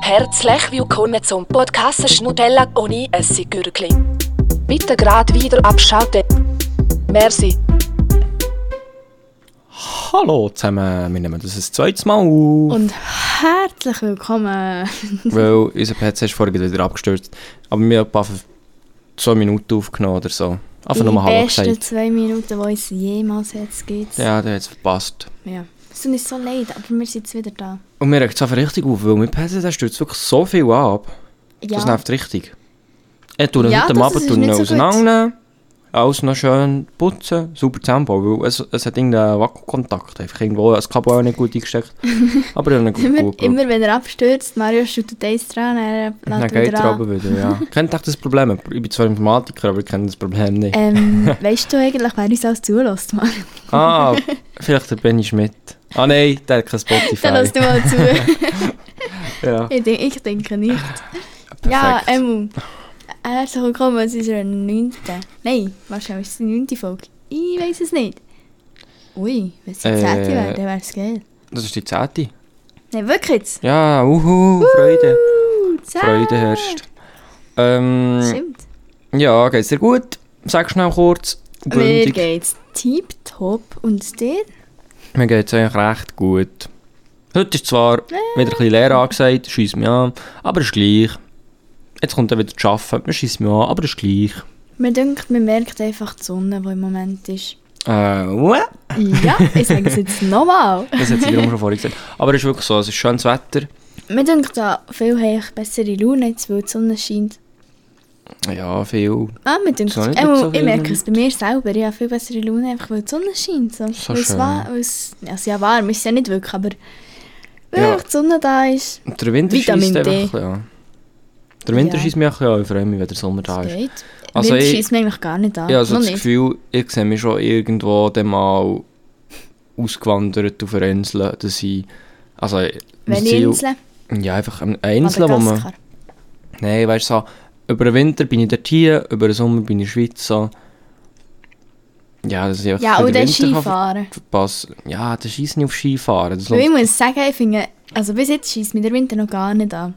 herzlich willkommen zum Podcast Schnutella ohne Essiggürkli. Bitte gerade wieder abschalten. Merci. Hallo zusammen, wir nehmen das ein zweites Mal auf, Und herzlich willkommen. weil unser PC ist vorhin wieder abgestürzt. Aber wir haben einfach zwei Minuten aufgenommen oder so. Einfach nur Hallo Die besten gesagt. zwei Minuten, die es jemals jetzt gibt. Ja, der hat es verpasst. ja. Es tut uns so leid, aber wir sind jetzt wieder da. Und mir regt es einfach richtig auf, weil mein PC der stürzt wirklich so viel ab. Das nervt richtig. Ich tue Ja, ja, heute das Abend ist tue ihn nicht so gut. auseinandernehmen, alles noch schön putzen, super zusammenbauen, weil es, es hat irgendeinen Wackelkontakt. Einfach irgendwo das Kabel auch nicht gut eingesteckt. Aber dann gut Immer, gut. immer wenn er abstürzt, Mario schüttet eins dran, er Dann lädt geht wieder er an. runter wieder, ja. Kennt echt das Problem? Ich bin zwar Informatiker, aber ich kenne das Problem nicht. Ähm, weißt du eigentlich, wer uns alles zulässt, Mario? Ah, vielleicht der Benny Schmidt. Ah nein, der hat kein Dann Spotify. lass du mal zu. Ja, ich, denke, ich denke nicht. perfekt. Ja, ähm. Emu. Herzlich willkommen zu unserer neunten. Nein, wahrscheinlich ist es die neunte Folge. Ich weiß es nicht. Ui, wenn es die Äh. zehnte wäre, dann wäre es geil. Das ist die zehnte. Nein, wirklich jetzt. Ja, uhu, Freude. Uh, zehn. Freude herrscht. Ähm, Stimmt. ja, geht's dir gut? Sag schnell kurz. Mir Äh, Bündig. geht's tipptopp. Und dir? Mir geht's eigentlich recht gut. Heute ist zwar Äh. wieder ein bisschen leer angesagt, schießt mich an, aber ist gleich. Jetzt kommt er wieder zu arbeiten, man schießt mich an, aber ist gleich. Mir denkt, man merkt einfach die Sonne, die im Moment ist. Äh, what? Ja, ich sage es jetzt nochmal. Das hat sie wiederum schon vorhin gesagt. Aber es ist wirklich so, es ist schönes Wetter. Mir denkt, da viel habe ich bessere Laune, jetzt, weil die Sonne scheint. Ja, viel. Ah, mir denkt, So nicht Emu, so ich viel merke es bei mir selber. Ich habe viel bessere Laune, einfach weil die Sonne scheint. So. So Weil es schön. war, weil es, ja, es ist ja warm, ist ja nicht wirklich, aber weil Ja. einfach die Sonne da ist, Und Der Winter Vitamin schießt D. einfach, ja. Der Winter Ja. schießt mich auch ein bisschen an, ich freue mich, wenn der Sommer da es ist. geht. Also Also Mir ich- schießt mir eigentlich gar nicht an. Ich habe so Noch das nicht. Gefühl, ich sehe mich schon irgendwo dann mal ausgewandert auf eine Insel, dass ich... Also, mein Welche Ziel- Insel? Ja, einfach eine Insel, wo man... Madagaskar. Nein, weißt du, so, über den Winter bin ich dort hier, über den Sommer bin ich in der Schweiz, so... Ja, dass ich einfach Ja, ein und dann bisschen den Winter kann Skifahren. verpassen. Ja, das schießt nicht auf Skifahren. Das Weil ich lohnt- muss sagen, ich finde, also bis jetzt schießt mich der Winter noch gar nicht an.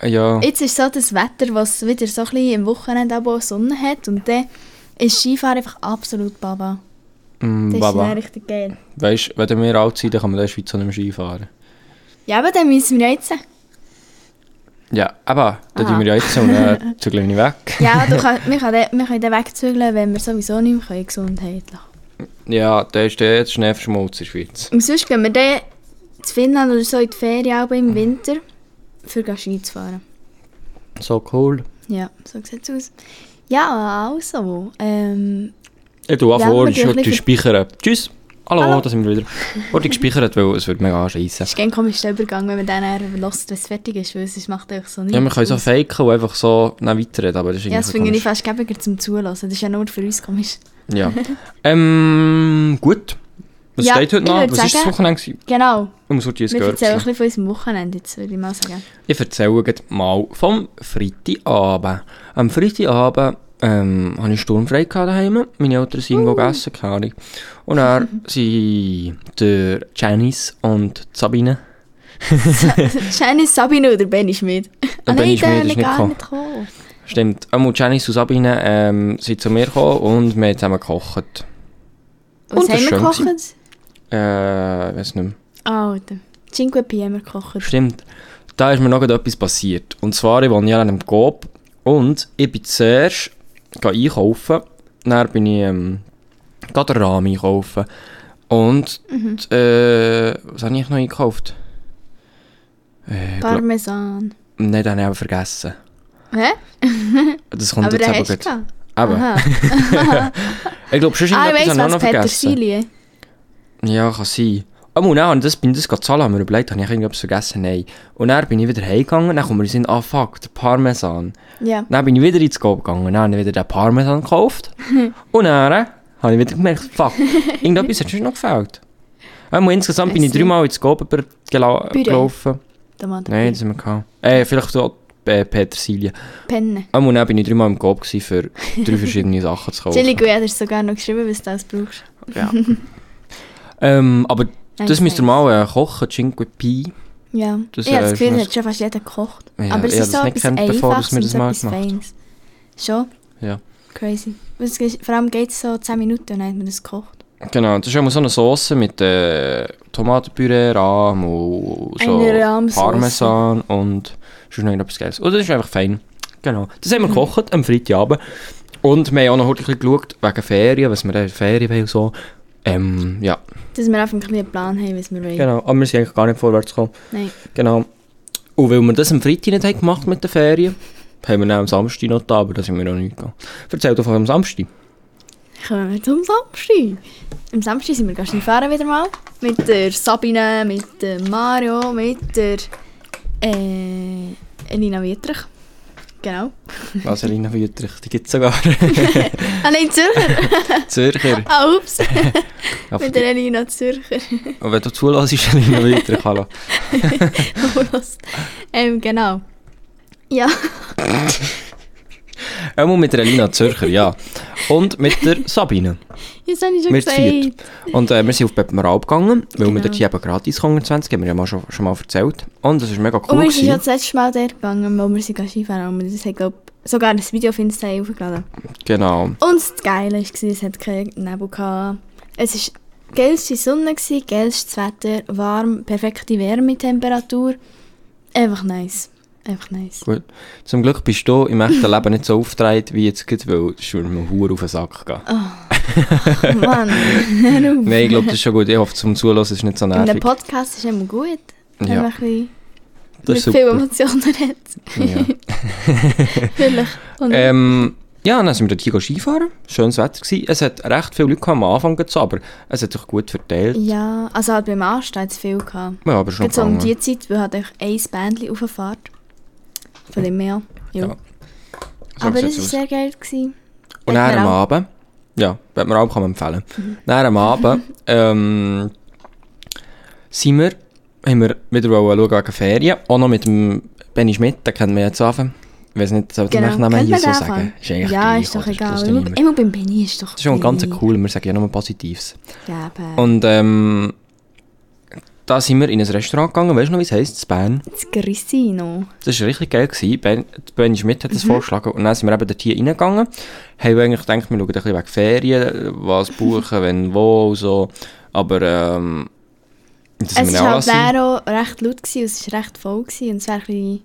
Ah. ja, Jetzt ist so das Wetter, was wieder so ein bisschen im Wochenende aber auch Sonne hat und dann ist Skifahren einfach absolut Baba. mm, Das ist Baba. dann richtig geil. Weißt du, wenn wir alt sind, dann kann man in der Schweiz auch nicht mehr Skifahren. Ja, aber dann müssen wir jetzt. Ja, aber da Aha. tun wir ja jetzt und äh, zügeln nicht weg. Ja, du kann, wir, können, dann- wir können dann wegzügeln, wenn wir sowieso nicht mehr können, gesundheitlich. Ja, da ist der jetzt Schneeverschmolz in der Schweiz. Und sonst gehen wir dann zu Finnland oder so in die Ferien, aber im Winter, für Ski zu fahren. So cool. Ja, so sieht es aus. Ja, also, ähm, Ich tue auch Ja, vor, wir ich dürfen würde nicht- speichern. Tschüss. Hallo, Hallo. da sind wir wieder. Wurde ich gespeichert, weil es würde mega anscheissen. ist kein komischer Übergang, wenn man dann eher lässt, wenn es fertig ist, weil sonst macht einfach so nichts. Ja, wir können so aus. faken und einfach so dann weiterreden, aber das ist Ja, das irgendwie finde ich komisch. fast gäbiger zum Zuhören. Das ist ja nur für uns komisch. Ja. Ähm, gut. Was Ja, steht heute ich noch? würde Was ist das sagen- Wochenende? gewesen? Genau. Ich muss heute ein Wir erzählen ein Görbchen. bisschen von unserem Wochenende, jetzt würde ich mal sagen. Ich erzähle gleich mal vom Freitagabend. Am Freitagabend ähm, hatte ich sturmfrei gehabt daheim. Meine Eltern sind irgendwo gegessen, keine Ahnung. Und dann sind der Janice und die Sabine. Janice, Sabine oder Benny Schmidt? Der Benny Schmidt ist nicht gar gekommen. nicht gekommen. Stimmt, einmal Janice und Sabine ähm, sind zu mir gekommen und wir haben zusammen gekocht. Was Und das haben wir war gekocht? schön Äh, weiß nicht mehr. Alter, Cinque Pie haben wir gekocht. Stimmt. Da ist mir noch etwas passiert. Und zwar, ich wohne ja an einem Coop und ich bin zuerst gegangen einkaufen. Dann bin ich ähm, gerade einen Rahmen einkaufen. Und Mhm. äh, was habe ich noch eingekauft? Äh, glaub, Parmesan. nein, den habe ich aber vergessen. Hä? Das kommt Aber jetzt den aber hast du gut. gehabt. Aber, Aha. ich glaube, sonst Ah, ich irgendetwas habe weiss ich auch was, noch vergessen. Petersilie. Ja, kann sein. Aber dann habe ich das, bin ich das gerade zahlen, habe mir überlegt, habe ich irgendetwas vergessen? Nein. Und dann bin ich wieder heimgegangen, dann kommt mir in den Sinn, ah fuck, der Parmesan. Ja. Dann bin ich wieder ins Coop gegangen, dann habe ich wieder den Parmesan Oh, nou, gekauft. und dann habe ich wieder gemerkt, fuck, irgendetwas hat schon noch gefällt. Ähm, insgesamt bin ich Weiss nicht. dreimal ins Coop über- gela- Püree. gelaufen. Tomaten. Nein, das haben wir gehabt. Äh, vielleicht so äh, Petersilie. Penne. Ähm, und dann bin ich dreimal im Coop gewesen, für drei verschiedene Sachen zu kaufen. Chili Guia, hast du sogar noch geschrieben, was du alles brauchst. Ähm, aber Nein, das müsst ihr nein. mal äh, kochen, Cinque eh, Pie. Ja. Das, ich habe äh, das Gefühl, ist mir- es hat schon fast jeder gekocht. Ja, Aber es ich ist so habe das nicht etwas gekannt, bevor Einfaches dass wir und das so mal etwas gemacht Feines. Schon Ja. crazy. Es geht- Vor allem geht es so 10 Minuten und dann hat man das gekocht. Genau, das ist immer so eine Sauce mit äh, Tomatenpüree, Rahm und so Eine Rahmsauce. Parmesan und schon noch etwas Geiles. Und das ist einfach fein. Genau. Das Mhm. haben wir gekocht am Freitagabend. Und wir haben auch noch heute ein bisschen geschaut, wegen Ferien, was wir in Ferien haben und so. Ähm, ja, Dass wir einfach ein bisschen einen Plan haben, was wir wollen. genau. Aber wir sind eigentlich gar nicht vorwärts gekommen. Nein. Genau. Und weil wir das am Freitag nicht haben gemacht mit den Ferien, haben wir dann am Samstag noch da, aber da sind wir noch nicht gegangen. Erzähl doch von am Samstag. Kommen wir zum Samstag. Am Samstag sind wir gestern fahren wieder mal. Mit der Sabine, mit der Mario, mit der äh, Elina Wietrich. Genau. Vaselina Wüterich, die gibt es sogar. Ah nein, Zürcher. Zürcher. Ah, ups. Ja, mit der Elina Zürcher. Und wenn du zulässt, dann immer weiter. Hallo. Los. ähm, genau. Ja. Einmal mit der Elina Zürcher, ja. Und mit der Sabine. Jetzt habe ich schon Wir zu gesagt. viert. Und äh, wir sind auf Peppenrau gegangen, weil wir Genau. dort eben gratis gegangen sind. Das haben wir ja mal schon, schon mal erzählt. Und das war mega Und cool. wir sind ja gewesen. das letzte Mal dort gegangen, wo wir sind Ski fahren. Und das hat, glaube ich, sogar ein Video auf Insta aufgeladen. Genau. Und das Geile war, es hat keinen Nebel. Gehabt. Es war geilste Sonne, gewesen, geilstes Wetter, warm, perfekte Wärmetemperatur. Einfach nice. Einfach nice. Gut. Zum Glück bist du im echten Leben nicht so aufgedreht wie jetzt gerade, weil es würde mir Hure auf den Sack gehen. Mann, hör auf. Nein, ich glaube, das ist schon gut. Ich hoffe, zum Zuhören ist es nicht so In einem nervig. Podcast ist immer gut. Wenn Ja, man ein bisschen das mit ist vielen super. Emotionen hat. Ja. Vielleicht. Und Ähm, ja, dann sind wir dort hier Skifahren. Schönes Wetter gewesen. Es hat recht viele Leute gehabt am Anfang, gehabt, aber es hat sich gut verteilt. ja, also halt beim Anstehen hat es viel gehabt. Ja, aber schon Jetzt so um gegangen. die Zeit, weil halt echt ein Bändchen rauffährt. Von dem her. Ja. Ja. So Aber sieht's das war aus. sehr geil. Gewesen. Und Hat dann mir am auch- Mhm. Abend, ja, wird mir auch kann man empfehlen. Dann am Abend ähm, sind wir, haben wir wieder wollen schauen wegen Ferien. Auch noch mit dem Benny Schmidt, den kennen wir jetzt auf. Ich weiß nicht, sollte ich den Nachnamen hier Genau. kennt man so den sagen? Anfang? Ist eigentlich ja, gleich, ist doch oder? Das egal. wusste Immer, niemand. immer beim Benny ist doch Das ist schon ganz gleich. cool, wir sagen ja nur Positives. Ja, aber Und ähm, da sind wir in ein Restaurant gegangen, weißt du noch, wie es heisst, in Bern? das Grissino. Das war richtig geil. Gewesen. Ben, ben Schmidt hat das Mhm. vorgeschlagen. Und dann sind wir eben dort hier reingegangen. Haben wir eigentlich gedacht, wir schauen ein bisschen wegen Ferien, was buchen, wenn, wo und so. Aber ähm, das Es sind wir war auch halt lassen. dann auch recht laut gewesen, und es war recht voll. Gewesen, und es war ein bisschen,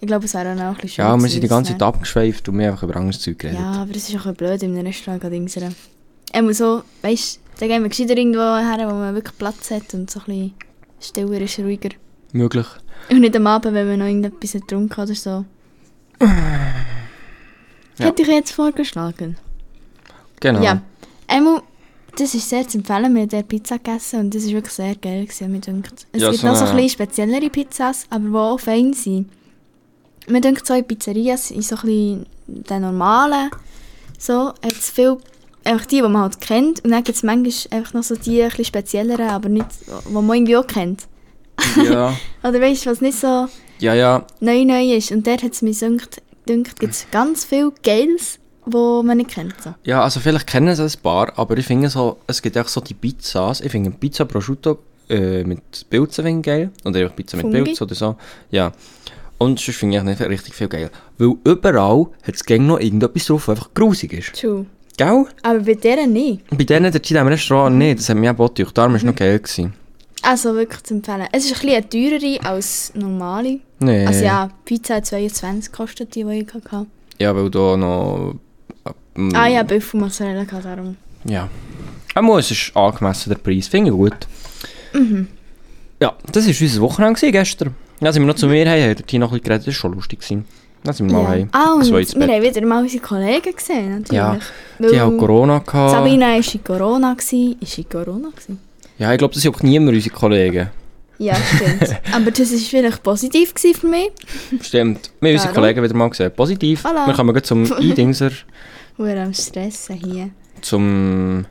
ich glaube, es war auch noch ein bisschen schön. Ja, wir gewesen, sind die ganze es Zeit abgeschweift und wir haben einfach über anderes Zeug wär- geredet. eh, Ja, aber es ist auch ein bisschen blöd, in einem Restaurant gerade irgendeinem. Er muss so, weißt du, dann gehen wir gescheiter irgendwo her, wo man wirklich Platz hat und so ein bisschen stiller ist, ruhiger. Möglich. Und nicht am Abend, wenn man noch irgendetwas hat getrunken hat oder so. Ja. Hätte ich jetzt vorgeschlagen. Genau. Ja. Einmal, das ist sehr zu empfehlen, wir haben dort Pizza gegessen und das war wirklich sehr geil, gewesen, mir dünkt. Es Ja, gibt so noch so eine- ein bisschen speziellere Pizzas, aber die auch fein sind. Mir dünkt so in Pizzerias, in so ein bisschen den normalen, so, hat es viel, einfach die, die man halt kennt. Und dann gibt es manchmal einfach noch so die ein bisschen spezielleren, aber nicht, die man irgendwie auch kennt. ja. Oder weißt du, was nicht so Ja, ja. neu neu ist. Und dort hat es mir gedacht, gedacht gibt es ganz viel Geiles, wo man nicht kennt. So. Ja, also vielleicht kennen es ein paar, aber ich finde so, es gibt auch so die Pizzas. Ich finde Pizza Prosciutto äh, mit Pilzen finde ich geil. Oder einfach Pizza mit Fungi. Pilz oder so. Ja. Und sonst finde ich nicht richtig viel geil. Weil überall hat es gerne noch irgendetwas drauf, was einfach grusig ist. True. Gell? Aber bei der nicht. Bei denen der Zeit im Restaurant nicht, Ah, das hat mich auch bottgejuckt. Darum war Mhm. es noch geil. Gewesen. Also wirklich zu empfehlen. Es ist ein bisschen eine teurere als normale. Nee. Also ja, Pizza hat 22 kostet die, die ich hatte. Ja, weil da noch... ähm, Ah ja, Büffel Mozzarella gehabt, darum. Ja. Aber es ist angemessen, der Preis. Finde ich gut. Mhm. Ja, das war unser Wochenende gewesen, gestern. Dann sind wir noch zu mir heim, haben dort hier noch ein bisschen geredet, das war schon lustig. Gewesen. Dann sind wir mal ja. heim. Ah, und So wir ins Bett. haben wieder mal unsere Kollegen gesehen, natürlich. Ja, Weil Die haben Corona gehabt. Sabina war in Corona. Gewesen. Ist in Corona? Gewesen? Ja, ich glaube, das sind auch niemand unsere Kollegen. Ja, stimmt. Aber das war vielleicht positiv gewesen für mich. Stimmt. Wir haben unsere Darum. Kollegen wieder mal gesehen. Positiv. Voilà. Wir kommen gleich zum Eindingser, Wir am Stressen hier. zum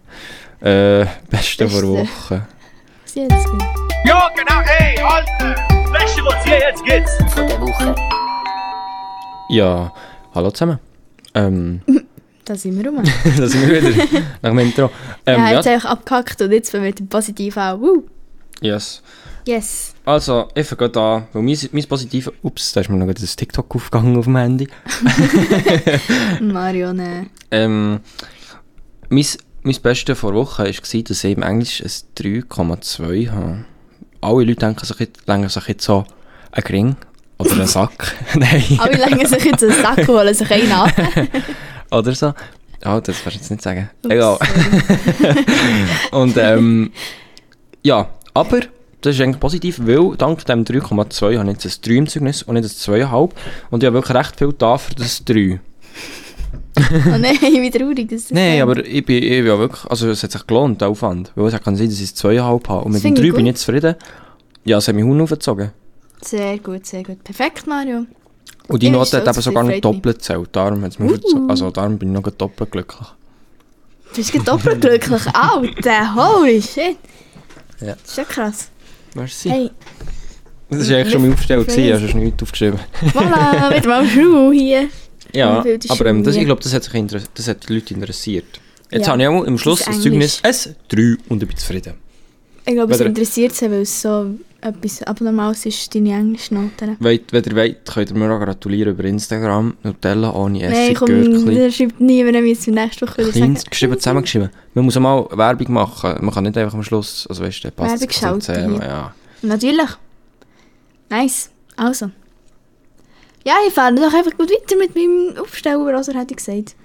äh, Besten vor Beste. Woche. Was ist jetzt? Ja, genau, ey, Alter! Beste, was hier jetzt geht's! Ja, hallo zusammen. Ähm, Da sind wir rum. da sind wir wieder nach dem Intro. Ähm, ja, ja, jetzt habe ich abgehackt und jetzt bin ich mit dem Positiv auch. Woo. yes. Yes. Also, ich fange an, weil mein, mein positiver... Ups, da ist mir noch gerade das TikTok aufgegangen auf dem Handy. Mario, ne. Ähm, mein, mein Beste vor Woche war, dass ich im Englisch ein 3,2 habe. Alle Leute denken sich jetzt, denken sich jetzt so, ein Ring oder ein Sack. Nein. Alle legen sich jetzt einen Sack und holen sich einen ab. oder so. Ja, das kannst du jetzt nicht sagen. Egal. Und ähm, ja, aber das ist eigentlich positiv, weil dank dem 3,2 habe ich jetzt ein 3 im Zeugnis und nicht ein 2,5. Und ich habe wirklich recht viel da für das 3. Oh nein, wie traurig das ist. Nein, aber ich bin, ich bin ja wirklich, also es hat sich gelohnt, der Aufwand. Weil es kann sein, dass ich es 2,5 habe. Und mit Das dem 3 finde ich bin ich gut. nicht zufrieden. Ja, es hat mich Hund aufgezogen. Sehr gut, sehr gut. Perfekt, Mario. Und die Ja, Note stolz hat eben auf sogar dich, noch freut mich. doppelt gezählt. Darum, hat's Uh. mich aufgezogen. also, darum bin ich noch doppelt glücklich. Du bist gerade doppelt glücklich. Alter, holy shit. Ja. Das ist ja krass. Merci. Hey, das war eigentlich schon meine Aufstellung, gewesen, ich habe sonst nichts aufgeschrieben. voilà, wieder mal Schuh hier. Ja, wilde aber ähm, das, Schule. ich glaube, das, hat sich inter- das hat die Leute interessiert. Jetzt Ja. habe ich auch im Schluss ist das Zeugnis S3 und ich bin zufrieden. Ich glaube, es Weder- interessiert sie, weil es so etwas Abnormales ist, deine Englischnoten. Weit, wenn ihr wollt, könnt ihr mir auch gratulieren über Instagram. Nutella ohne Nein, Essig, komm, Gürkli. da schreibt niemand, wie es für nächste Woche wieder Kleins geschrieben, zusammengeschrieben. Man muss auch mal Werbung machen. Man kann nicht einfach am Schluss, also weißt du, dann passt Werbung es zum schalten Thema, hier. ja. Natürlich. Nice. Also. Ja, ich fahre doch einfach gut weiter mit meinem Aufsteller, also hätte ich gesagt.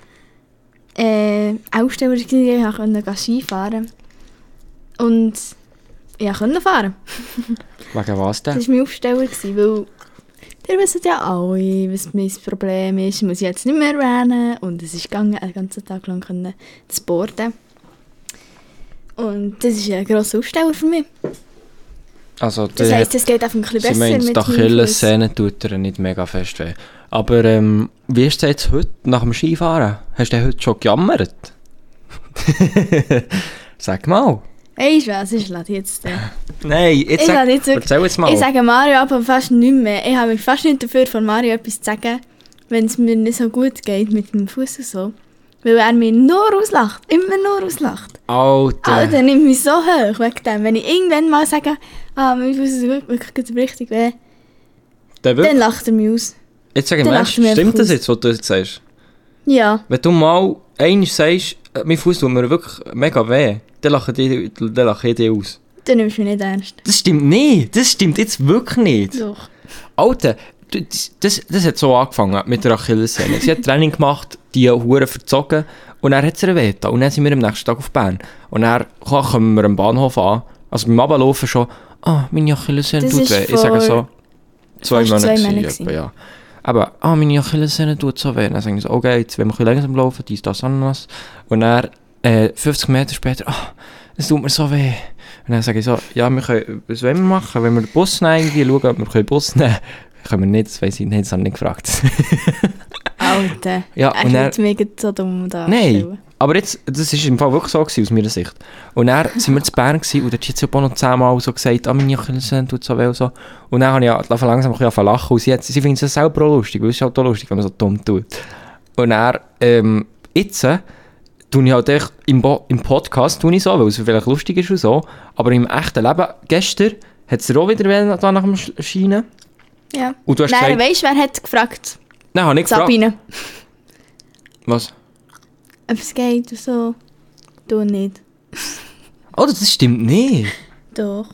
Äh, Aufsteller war, ich konnte Ski fahren. Und ich konnte fahren. Wegen was denn? Das war mein Aufsteller, gewesen, weil ihr wisst ja alle, was mein Problem ist. Ich muss jetzt nicht mehr rennen. Und es ist gegangen, den ganzen Tag lang können zu boarden. Und das ist ein grosser Aufsteller für mich. Also, Das der- heisst, es geht einfach ein bisschen Sie besser meint, die meinem Fuss. Achillessehne tut er nicht mega fest weh. Aber ähm, wie ist es jetzt heute nach dem Skifahren? Hast du denn heute schon gejammert? Sag mal. Weisst du was, ich lasse jetzt den. Nein, jetzt Ich sag, kann jetzt wirklich- erzähl jetzt mal. Ich sage Mario aber fast nicht mehr. Ich habe mich fast nicht dafür, von Mario etwas zu sagen, wenn es mir nicht so gut geht mit dem Fuß und so. Weil er mich nur auslacht. Immer nur auslacht. Alter. Alter, nimmt mich so hoch wegen dem. Wenn ich irgendwann mal sage, ah, mein Fuß ist wirklich- wirklich richtig weh, Der dann wirklich, lacht er mich aus. jetzt sag ich dann mal, lacht er mir stimmt einfach das aus. jetzt, was du jetzt sagst? Ja. Wenn du mal einmal sagst, äh, mein Fuß tut mir wirklich mega weh, dann lache ich, dich- dann lache ich dich aus. Dann nimmst du mich nicht ernst. Das stimmt nicht. Das stimmt jetzt wirklich nicht. Doch. Alter, du- das, das, das hat so angefangen mit der Achillessehne. Sie hat Training gemacht, die Huren verzogen und dann hat sie ihr weh getan. Und dann sind wir am nächsten Tag auf Bern. Und dann ko- kommen wir am Bahnhof an, also beim Ablaufen schon, ah, meine Achillessehne Das tut ist weh. Ich sage vor so, zwei fast Monate zwei gewesen, Monaten etwa, ja. Aber, ah, meine Achillessehne tut so weh. Dann sagen sie, okay, jetzt wollen wir ein bisschen langsam laufen, dies, das, anderes. Und dann, äh, 50 Meter später, ah, es tut mir so weh. Und dann sage ich so, ja, wir können, was wollen wir machen? Wenn wir den Bus nehmen, irgendwie schauen, ob wir den Bus nehmen können. Können wir nicht, das weiss ich nicht, das habe ich nicht gefragt. Alter. Ja, er und er- wird mich jetzt so dumm da Nein, anstellen. aber jetzt, das war im Fall wirklich so gewesen, aus meiner Sicht. Und dann sind wir zu Bern gewesen, und dort hat sie auch noch zehnmal so gesagt, ah, meine Achillessehne tut so weh und so. Und dann habe ich ja- langsam ein bisschen angefangen zu lachen und sie, hat- sie findet es ja selber auch lustig, weil es ist halt auch lustig, wenn man so dumm tut. Und dann, ähm, jetzt, äh, tue ich halt echt im, Bo im Podcast tue ich so, weil es vielleicht lustig ist und so, aber im echten Leben, gestern, hat es dir auch wieder weh da nach dem Sch- Scheinen. Ja. Und du hast Nein, gesagt- weißt du, wer hat gefragt? Nein, habe ich gefragt. Sabine. Was? Ob es geht und so. Du nicht. Oh, das stimmt nicht. Doch.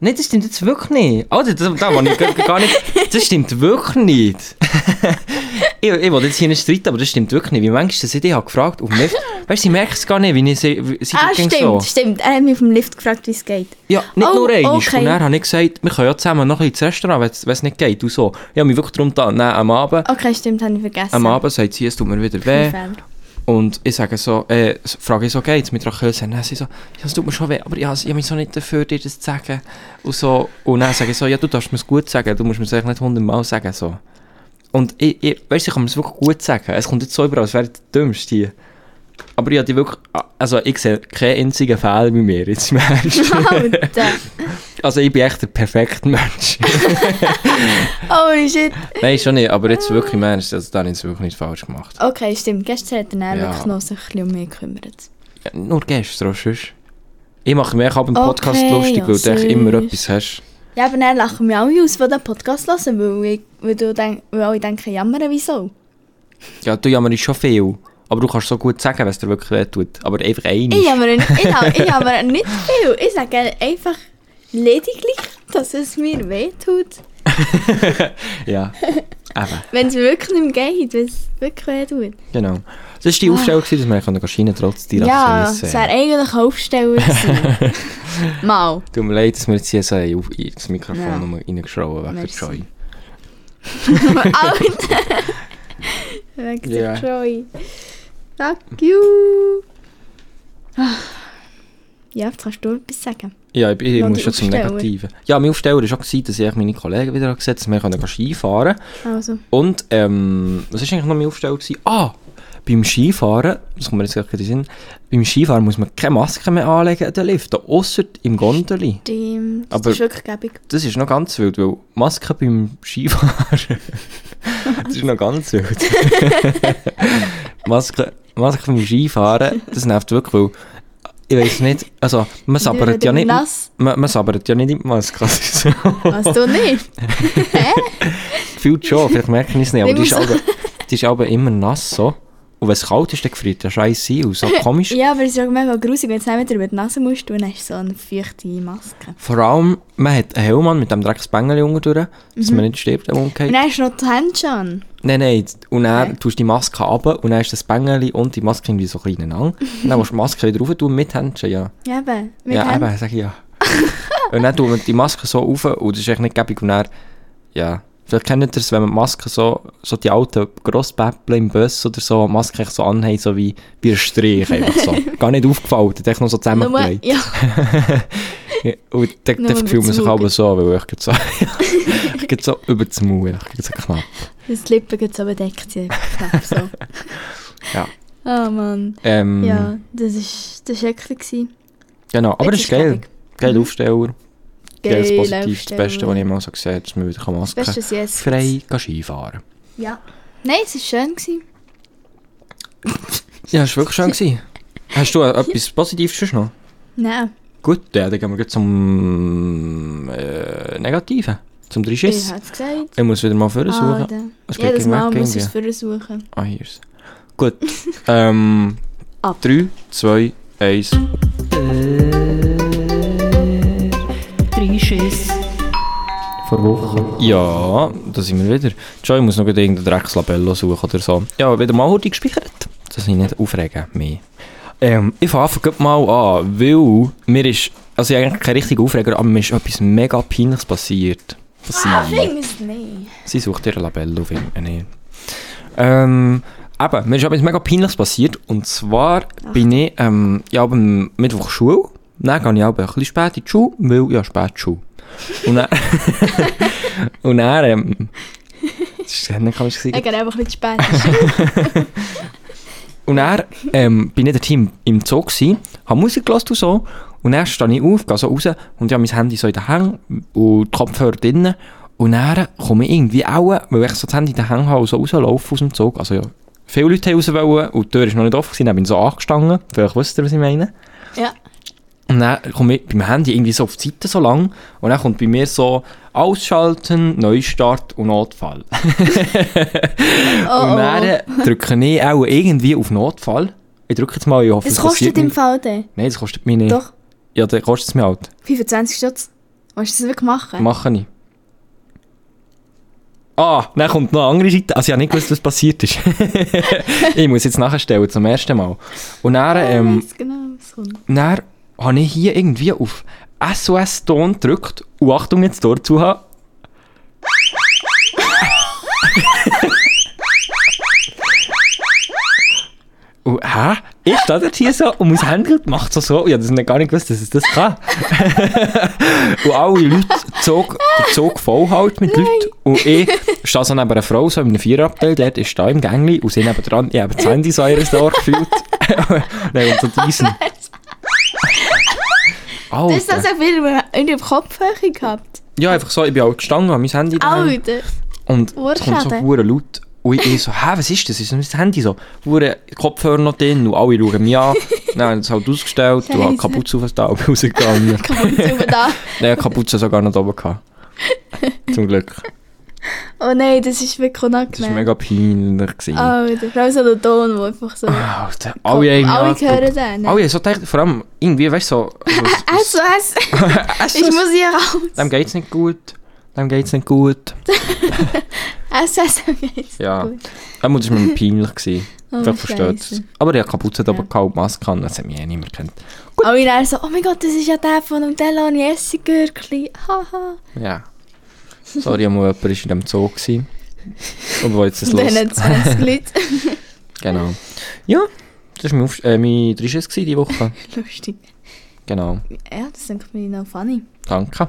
Nein, das stimmt jetzt wirklich nicht. Alter, das, da war ich gar- gar nicht. Das stimmt wirklich nicht. ich, ich wollte jetzt hier nicht streiten, aber das stimmt wirklich nicht. Wie manchmal das ich dich habe gefragt und nicht. Weißt du, sie merken es gar nicht, wie ich sie. wie- sie Ah, ging stimmt, stimmt. Er hat mich auf dem Lift gefragt, wie es geht. Ja, nicht Oh, nur einmal. okay. Und dann habe ich gesagt, wir können ja zusammen noch ein bisschen ins Restaurant, wenn es- wenn es nicht geht. Und so. Ich habe mich wirklich darum getan. Nein, am Abend. Okay, stimmt, habe ich vergessen. Am Abend äh. sagt sie, es tut mir wieder weh. Und ich sage so, äh, s- frage ich so, geht's mit Rachel? Und dann sie so, ja, es tut mir schon weh, aber ich, has- ich habe mich so nicht dafür, dir das zu sagen. Und, so, und dann sage ich so, ja, du darfst mir es gut sagen, du musst mir es eigentlich nicht hundertmal sagen. So. Und ich, ich weißt du, ich kann mir es wirklich gut sagen. Es kommt jetzt so überall, als wäre ich der Dümmste hier. Aber ich habe wirklich, also ich sehe keinen einzigen Fehler bei mir jetzt im Ernst. Alter. Also ich bin echt der perfekte Mensch. Holy shit. Nein, schon nicht, aber jetzt wirklich im Ernst, also da habe ich es wirklich nicht falsch gemacht. Okay, stimmt. Gestern hat er dann Ja. wirklich noch sich ein bisschen um mich gekümmert. Ja, nur gestern, sonst. Ich mache mich auch im Podcast Okay, lustig, ja, weil du echt immer sonst. etwas hast. Ja, aber dann lachen wir alle aus, die den Podcast hören, weil, ich, weil, du denk, weil alle denken, jammern, wieso? Ja, du jammerst schon viel. Aber du kannst so gut sagen, was dir wirklich wehtut. Aber einfach eine. Ich jammere, nicht- ich, ha- ich jammere nicht viel. Ich sage einfach lediglich, dass es mir wehtut. Ja. Eben, Wenn es mir wirklich nicht mehr geht, wenn es wirklich wehtut. genau. Das war die Aufstellung, gewesen, dass wir können erscheinen konnten, trotz deiner Ah. Ja, Absenz. es wäre eigentlich ein Aufsteller gewesen. Mal. Tut mir leid, dass wir jetzt hier so auf das Mikrofon Ja. nochmal reingeschrauben wegen der Merci. Joy. Alter. Wegen Ja. der Troy. Fuck you. Ah. Ja, jetzt kannst du etwas sagen. Ja, ich, ich Noch muss die schon zum Aufsteller. Negativen. Ja, mein Aufsteller war auch, gewesen, dass ich eigentlich meine Kollegen wieder gesetzt habe, dass wir können Skifahren können. Also, Und, ähm, was war eigentlich noch mein Aufsteller? Gewesen? Ah, beim Skifahren, das kommt mir jetzt gerade in den Sinn, beim Skifahren muss man keine Maske mehr anlegen an den Lift, außer im Gondeli. dem, das Aber- ist wirklich gäbig. Das ist noch ganz wild, weil Maske beim Skifahren, das ist noch ganz wild. Maske, Maske beim Skifahren, das nervt wirklich, weil ich weiß nicht, also man sabbert reden ja nicht, nass. man, man sabbert ja nicht in die Maske. Also, Was du nicht? Gefühlt schon, vielleicht merke ich es nicht, aber die Nicht ist, mehr so. aber, die ist aber immer nass so. Und wenn es kalt ist, dann friert der Scheiß ein und so komisch. Ja, aber es ist ja mega grusig, wenn du es nicht wieder über die Nase musst, dann hast du so eine feuchte Maske. Vor allem, man hat einen Helm an mit dem Drecksbengel unten durch, dass man nicht stirbt, wenn man umgeht. Mhm. Und dann hast du noch die Hände an. Nein, nein, und dann Okay. tust du die Maske runter und dann ist das Bängeli und die Maske irgendwie so klein an. Und dann musst du die Maske wieder rauf tun mit Händchen, ja. Ja, eben. Mit ja, Händen. eben, sag ich ja. und dann tut man die Maske so rauf und das ist echt nicht gäbig. Und dann, ja, vielleicht kennt ihr es, wenn man die Maske so, so die alten Grosspäppchen im Bus oder so, die Maske echt so anhängt, so wie bei einem Strich einfach so. Gar nicht aufgefaltet, echt noch so Nur, zusammengelegt. ja, Und dann, Nur dann fühlt man sich überzogen. aber so, weil ich gerade so, ich gerade so über das Maul, ich gerade so knapp. das die Lippen geht so bedeckt. sind. Knapp so. Ja. Oh Mann. Ähm, Ja, das war das ist wirklich. gewesen. Genau, aber das Jetzt ist ist geil. Abend. Geil Aufsteller. Geil, Geil positiv. Das Beste, aufstellen. was ich mal so gesehen habe, dass man wieder Maske Das Beste ist jetzt. frei kann Skifahren Ja. Nein, es war schön. Gewesen. Ja, das war wirklich schön. Gewesen. Hast du äh, etwas Positives schon noch? Nein. Gut, ja, dann gehen wir gleich zum äh, Negativen. Zum Ich Drischiss. habe es gesagt. Ich muss wieder mal vorne Ah, suchen. dann. Es geht Jedes gegen Mal Weg, muss ich es irgendwie. versuchen. Ah, hier ist es. Gut. ähm, Ab. 3, 2, 1. Drei Schiss. Vor Wochen. Ja, da sind wir wieder. Joy muss noch gerade irgendein Dreckslabello suchen oder so. Ja, wieder mal heute gespeichert. Das ich nicht aufregen mehr. Ähm, ich fange einfach gleich mal an, weil mir ist, also ich habe eigentlich kein richtiger Aufreger, aber mir ist etwas mega Peinliches passiert. Passiert. es nicht. Sie sucht ihr Labello, finde ich. Ähm, eben, mir ist etwas mega Peinliches passiert. Und zwar bin ich, ähm, ich habe am Mittwoch Schule. Dann gehe ich aber ein bisschen spät in die Schule, weil ich habe spät Schule. Und dann... und dann, ähm... Das war nicht komisch. gewesen. Ich gehe einfach ein bisschen spät. Und dann ähm, bin ich dort im, im Zoo gsi, habe Musik gelassen und so. Und dann stehe ich auf, gehe so raus und ich habe mein Handy so in den Hang und die Kopfhörer drinnen. Und dann komme ich irgendwie auch, weil ich so das Handy in den Hang habe, so rauslaufe aus dem Zoo. Also ja, viele Leute wollten raus und die Tür war noch nicht offen, gewesen, dann bin ich so angestanden. Vielleicht wisst ihr, was ich meine. ja. Und dann komme ich beim Handy irgendwie so auf die Seite so lang und dann kommt bei mir so Ausschalten, Neustart und Notfall. Oh, Und dann oh. äh, drücke ich auch irgendwie auf Notfall. Ich drücke jetzt mal, ich hoffe, Das es kostet passiert im nicht. Fall dann. Nein, das kostet mich nicht. Doch, Ja, dann kostet es mir halt. 25 Stutz. Willst du das wirklich machen? Mache ich. Ah, dann kommt noch eine andere Seite. Also ich habe nicht gewusst, was passiert ist. ich muss jetzt nachstellen, zum ersten Mal. Und dann, Ich ähm, weiss genau, was kommt. dann habe ich hier irgendwie auf SOS-Ton gedrückt. Und Achtung, jetzt dort zu haben. Und, Oh, hä? Ich stehe dort hier so und mein Handy macht so so. Ich habe das noch gar nicht gewusst, dass es das kann. und alle Leute zog, der Zug voll halt mit Leuten. Und ich stehe so neben einer Frau, so in einem Viererabteil, dort ist da im Gängli und sie nebendran, ich habe das Handy so ihres Ohr gefühlt. Nein, und so diesen. Du hast das also- Alter. auch wieder in der Kopfhöhe gehabt. Oh, Ja, einfach so, ich bin auch gestanden, habe mein Handy in der Hand. Alter. Und es kommt so Urschade. hure laut. Und Und ich, ich so, hä, was ist das? Ist das mein Handy so? Wurde Kopfhörer noch drin und alle schauen mich an. Dann habe ich das halt ausgestellt und habe Scheiße. Kapuze auf das Taube rausgegangen. Komm, jetzt sind wir da. Nein, Kapuze sogar nicht oben gehabt. Zum Glück. Oh nein, das ist wirklich Das war unangenehm. mega peinlich. gewesen. Alter, vor allem so der Ton, der einfach so... Alter, alle haben mich alle angeguckt. hören den. Alle haben so gedacht, vor allem irgendwie, weißt du, so... Es, es, es- Also, ich muss hier raus. Dem geht's nicht gut. Dem geht's nicht gut. Es, es, es. Ja. Gut. Er muss mir peinlich gewesen. Oh, Vielleicht versteht es. Scheisse. Aber ich habe Kapuze ja. gehabt, Maske an, das hat mich eh nicht mehr kennt. Alle dann so, oh mein Gott, das ist ja der von dem Deloni Essigürkli. Haha. Ja. Sorry, einmal jemand war in diesem Zoo. Gewesen. Und wo jetzt das Und dann los. 20 Leute. Genau. Ja, das war mein, Aufst- äh, mein Drisches diese Woche. Lustig. Genau. Ja, das denke ich noch funny. Danke.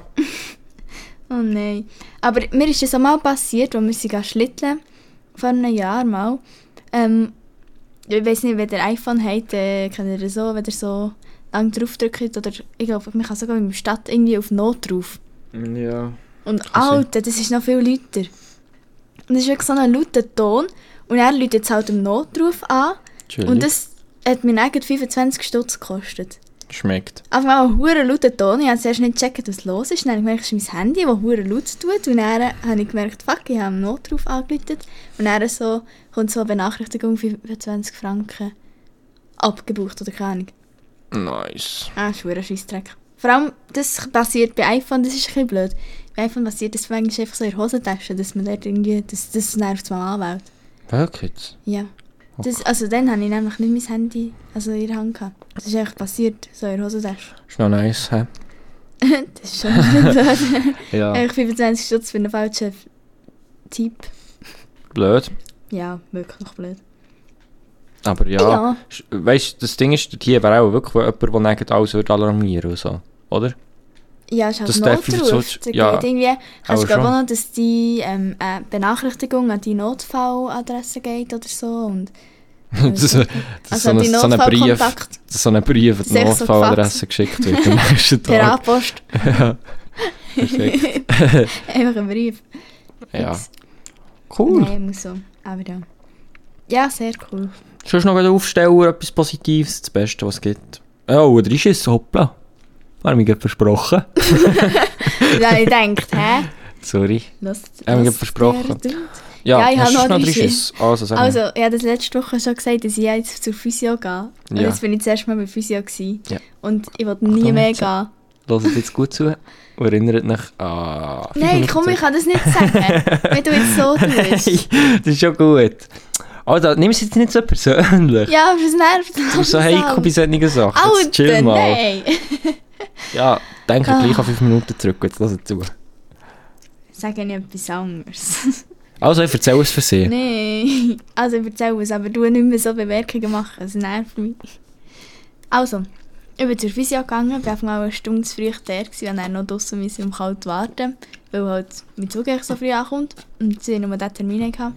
Oh nein. Aber mir ist das auch mal passiert, als wir sie gehen schlitteln Vor einem Jahr mal. Ähm, ich weiß nicht, wenn ihr iPhone habt, äh, könnt ihr das so, wenn ihr so lang drauf drückt. Oder ich glaube, man kann sogar in der Stadt irgendwie auf Not drauf. Ja. Und Kann sein. Alter, das ist noch viel lauter. Und das ist wirklich so ein lauter Ton. Und er läutet jetzt halt im Notruf an. Mhm. Und das hat mir eigentlich 25 Stutz gekostet. schmeckt. Auf einmal einen huren lauten Ton. Ich habe zuerst nicht gecheckt, was los ist. Dann habe ich gemerkt, es ist mein Handy, das huren laut tut. Und dann habe ich gemerkt, fuck, ich habe einen Notruf angeleitet. Und dann so, kommt so eine Benachrichtigung, 25 Franken abgebucht oder keine Ahnung. Nice. Ah, das ist ein Scheissdreck. Vor allem, das passiert bei iPhone, dus das ist ein bisschen blöd. Bei iPhone passiert das manchmal einfach so in der Hosentasche, dass man dort irgendwie, das, das nervt mal anwählt. Wirklich? Ja. Dus Das, also dann habe ich nämlich nicht mein Handy also in der Hand gehabt. Das ist echt passiert, so in der Hosentasche. Ist noch nice, hä? Das ist schon blöd. Ja. Eigentlich 25 Stutz für einen falschen Typ. Blöd. Ja, wirklich blöd. Aber ja. Ja. Sch- Weißt du, das Ding ist, dort hier wäre auch wirklich jemand, der nicht alles würde alarmieren und so. Oder? Ja, ist halt Das ein darf ich Notruf. sonst- Da ja, geht irgendwie, kannst aber du glaube schon. auch noch, dass die ähm, äh, Benachrichtigung an die Notfalladresse geht oder so. Und Das Dus- ist, das ist so, also ein, an die so ein Brief, das Notfallkontakt ist so ein Brief, an die Sechs so Notfalladresse geschickt wird am nächsten per Tag. A-Post. ja, perfekt. Einfach ein Brief. Ja. Fix. Cool. Nein, muss so. Aber ja. Ja, sehr cool. Sonst noch einen Aufsteller, etwas Positives, das Beste, was es gibt. Ja, oh, der ist hoppla. War mir gerade versprochen. Und dann habe ich gedacht, hä? Sorry. Lass, Haben wir lass versprochen. der Dude. Ja, Ja, ich hast habe du noch noch drei drei Schiss. Also, sag Also, also. ich habe das letzte Woche schon gesagt, dass ich ja jetzt zur Physio gehe. Und Ja. jetzt bin ich zuerst mal bei Physio. Gewesen. Ja. Und ich will nie Achtung, mehr jetzt. gehen. Hört jetzt gut zu und erinnert mich an... Nein, komm, ich kann das nicht sagen. wenn du jetzt so tust. das ist schon gut. Also, nimm es jetzt nicht so persönlich. Ja, aber es nervt. Du bist so heikel bei solchen Sachen. Alter, Jetzt chill mal. nein. Ja, denke Ah. gleich an 5 Minuten zurück. Jetzt lass zu. Sag ich etwas anderes. Also, ich erzähle es für sie. nein. Also, ich erzähle es, aber du nicht mehr so Bemerkungen machen. Es nervt mich. Also, ich bin zur Physio gegangen, bin einfach mal eine Stunde zu früh da gewesen, und dann noch draussen müssen im Kalt warten, weil halt mein Zug eigentlich so früh ankommt und sie nur diesen Termin hatten.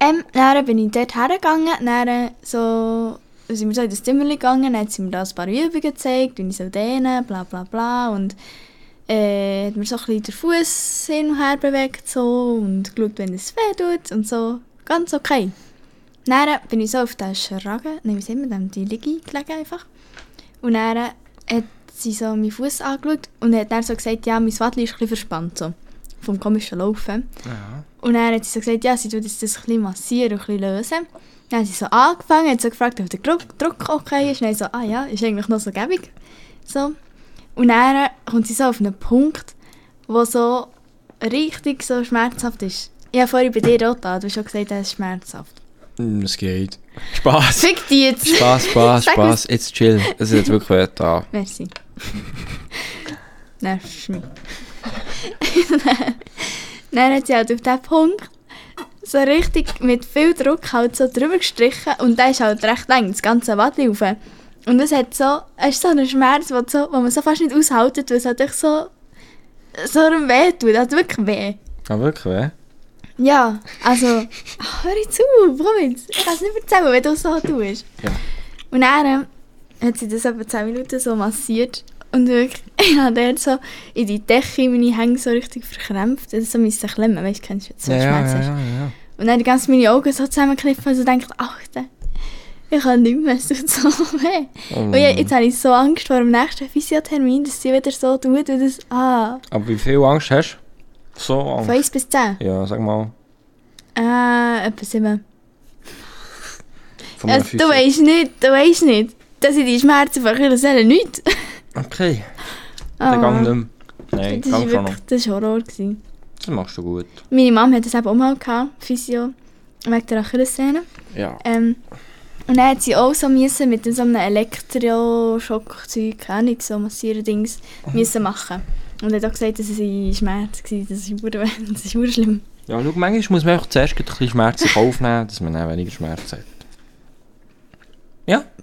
Ähm, dann bin ich dort hergegangen, dann so, dann sind wir so in das Zimmer gegangen, dann hat sie mir da ein paar Übungen gezeigt, wie ich so dehnen, bla bla bla und äh, hat mir so ein bisschen den Fuß hin und her bewegt so und geschaut, wenn es weh tut und so, ganz okay. Dann bin ich so auf den Schragen, nein, wie sind wir denn, die Liege gelegen einfach. Und dann hat sie so meinen Fuß angeschaut und hat dann so gesagt, ja, mein Wattli ist ein bisschen verspannt, so, vom komischen Laufen. Und dann hat sie so gesagt, ja, sie tut jetzt das ein bisschen massieren und ein bisschen lösen. Dann hat sie so angefangen, hat so gefragt, ob der Druck, Druck okay ist. Und dann so, ah ja, ist eigentlich noch so gäbig. So. Und dann kommt sie so auf einen Punkt, wo so richtig so schmerzhaft ist. Ich habe vorhin bei dir auch getan, du hast schon gesagt, das ist schmerzhaft. Hm, Es geht. Spaß. Fick dich jetzt! Spaß, Spaß, Sag Spaß. Jetzt chill. Es ist jetzt wirklich wert da. Merci. Nervst mich. Dann hat sie halt auf diesen Punkt so richtig mit viel Druck halt so drüber gestrichen und der ist halt recht lang, das ganze Wadli rauf. Und das hat so, es ist so ein Schmerz, wo, so, wo man so fast nicht aushaltet, weil es halt echt so, so einem weh tut, also wirklich weh. Ah, wirklich, hä? Ja, also, ach, hör jetzt zu, komm jetzt. Ich kann es nicht erzählen, wenn du es so tust. Ja. Und dann ähm, hat sie das etwa 10 Minuten so massiert. Und wirklich, ich habe dann so in die Decke meine Hände so richtig verkrämpft. Also so müssen klemmen, weißt du, kennst du, wenn du so Schmerz hast. ja, ja. Und dann die ganz meine Augen so zusammengekniffen und so denkt, achte, ich kann nicht mehr, es tut so weh. Oh Und je- jetzt habe ich so Angst vor dem nächsten Physiothermin, dass sie wieder so tut und das, ah, Aber wie viel Angst hast du? So von Angst. 1 bis 10? Ja, sag mal. Äh, etwa 7. Von Also, du weißt nicht, du weißt nicht, dass ich die Schmerzen von Achillessehne nicht. Okay, Ah, dann gang nicht mehr. Nein, das war gang schon noch. wirklich das war Horror. Gewesen. Das machst du gut. Meine Mama hat das eben auch mal gehabt, Physio, wegen der Achillessehne. Ja. Ähm, und dann hat sie auch so müssen mit so einem Elektroschockzeug, keine Ahnung, so Massierdings, Mhm. müssen machen. Und hat auch gesagt, dass es ein Schmerz war, das ist hure- das ist hure schlimm. Ja, schau, manchmal muss man einfach zuerst ein bisschen Schmerzen in Kauf nehmen, dass man dann weniger Schmerzen hat.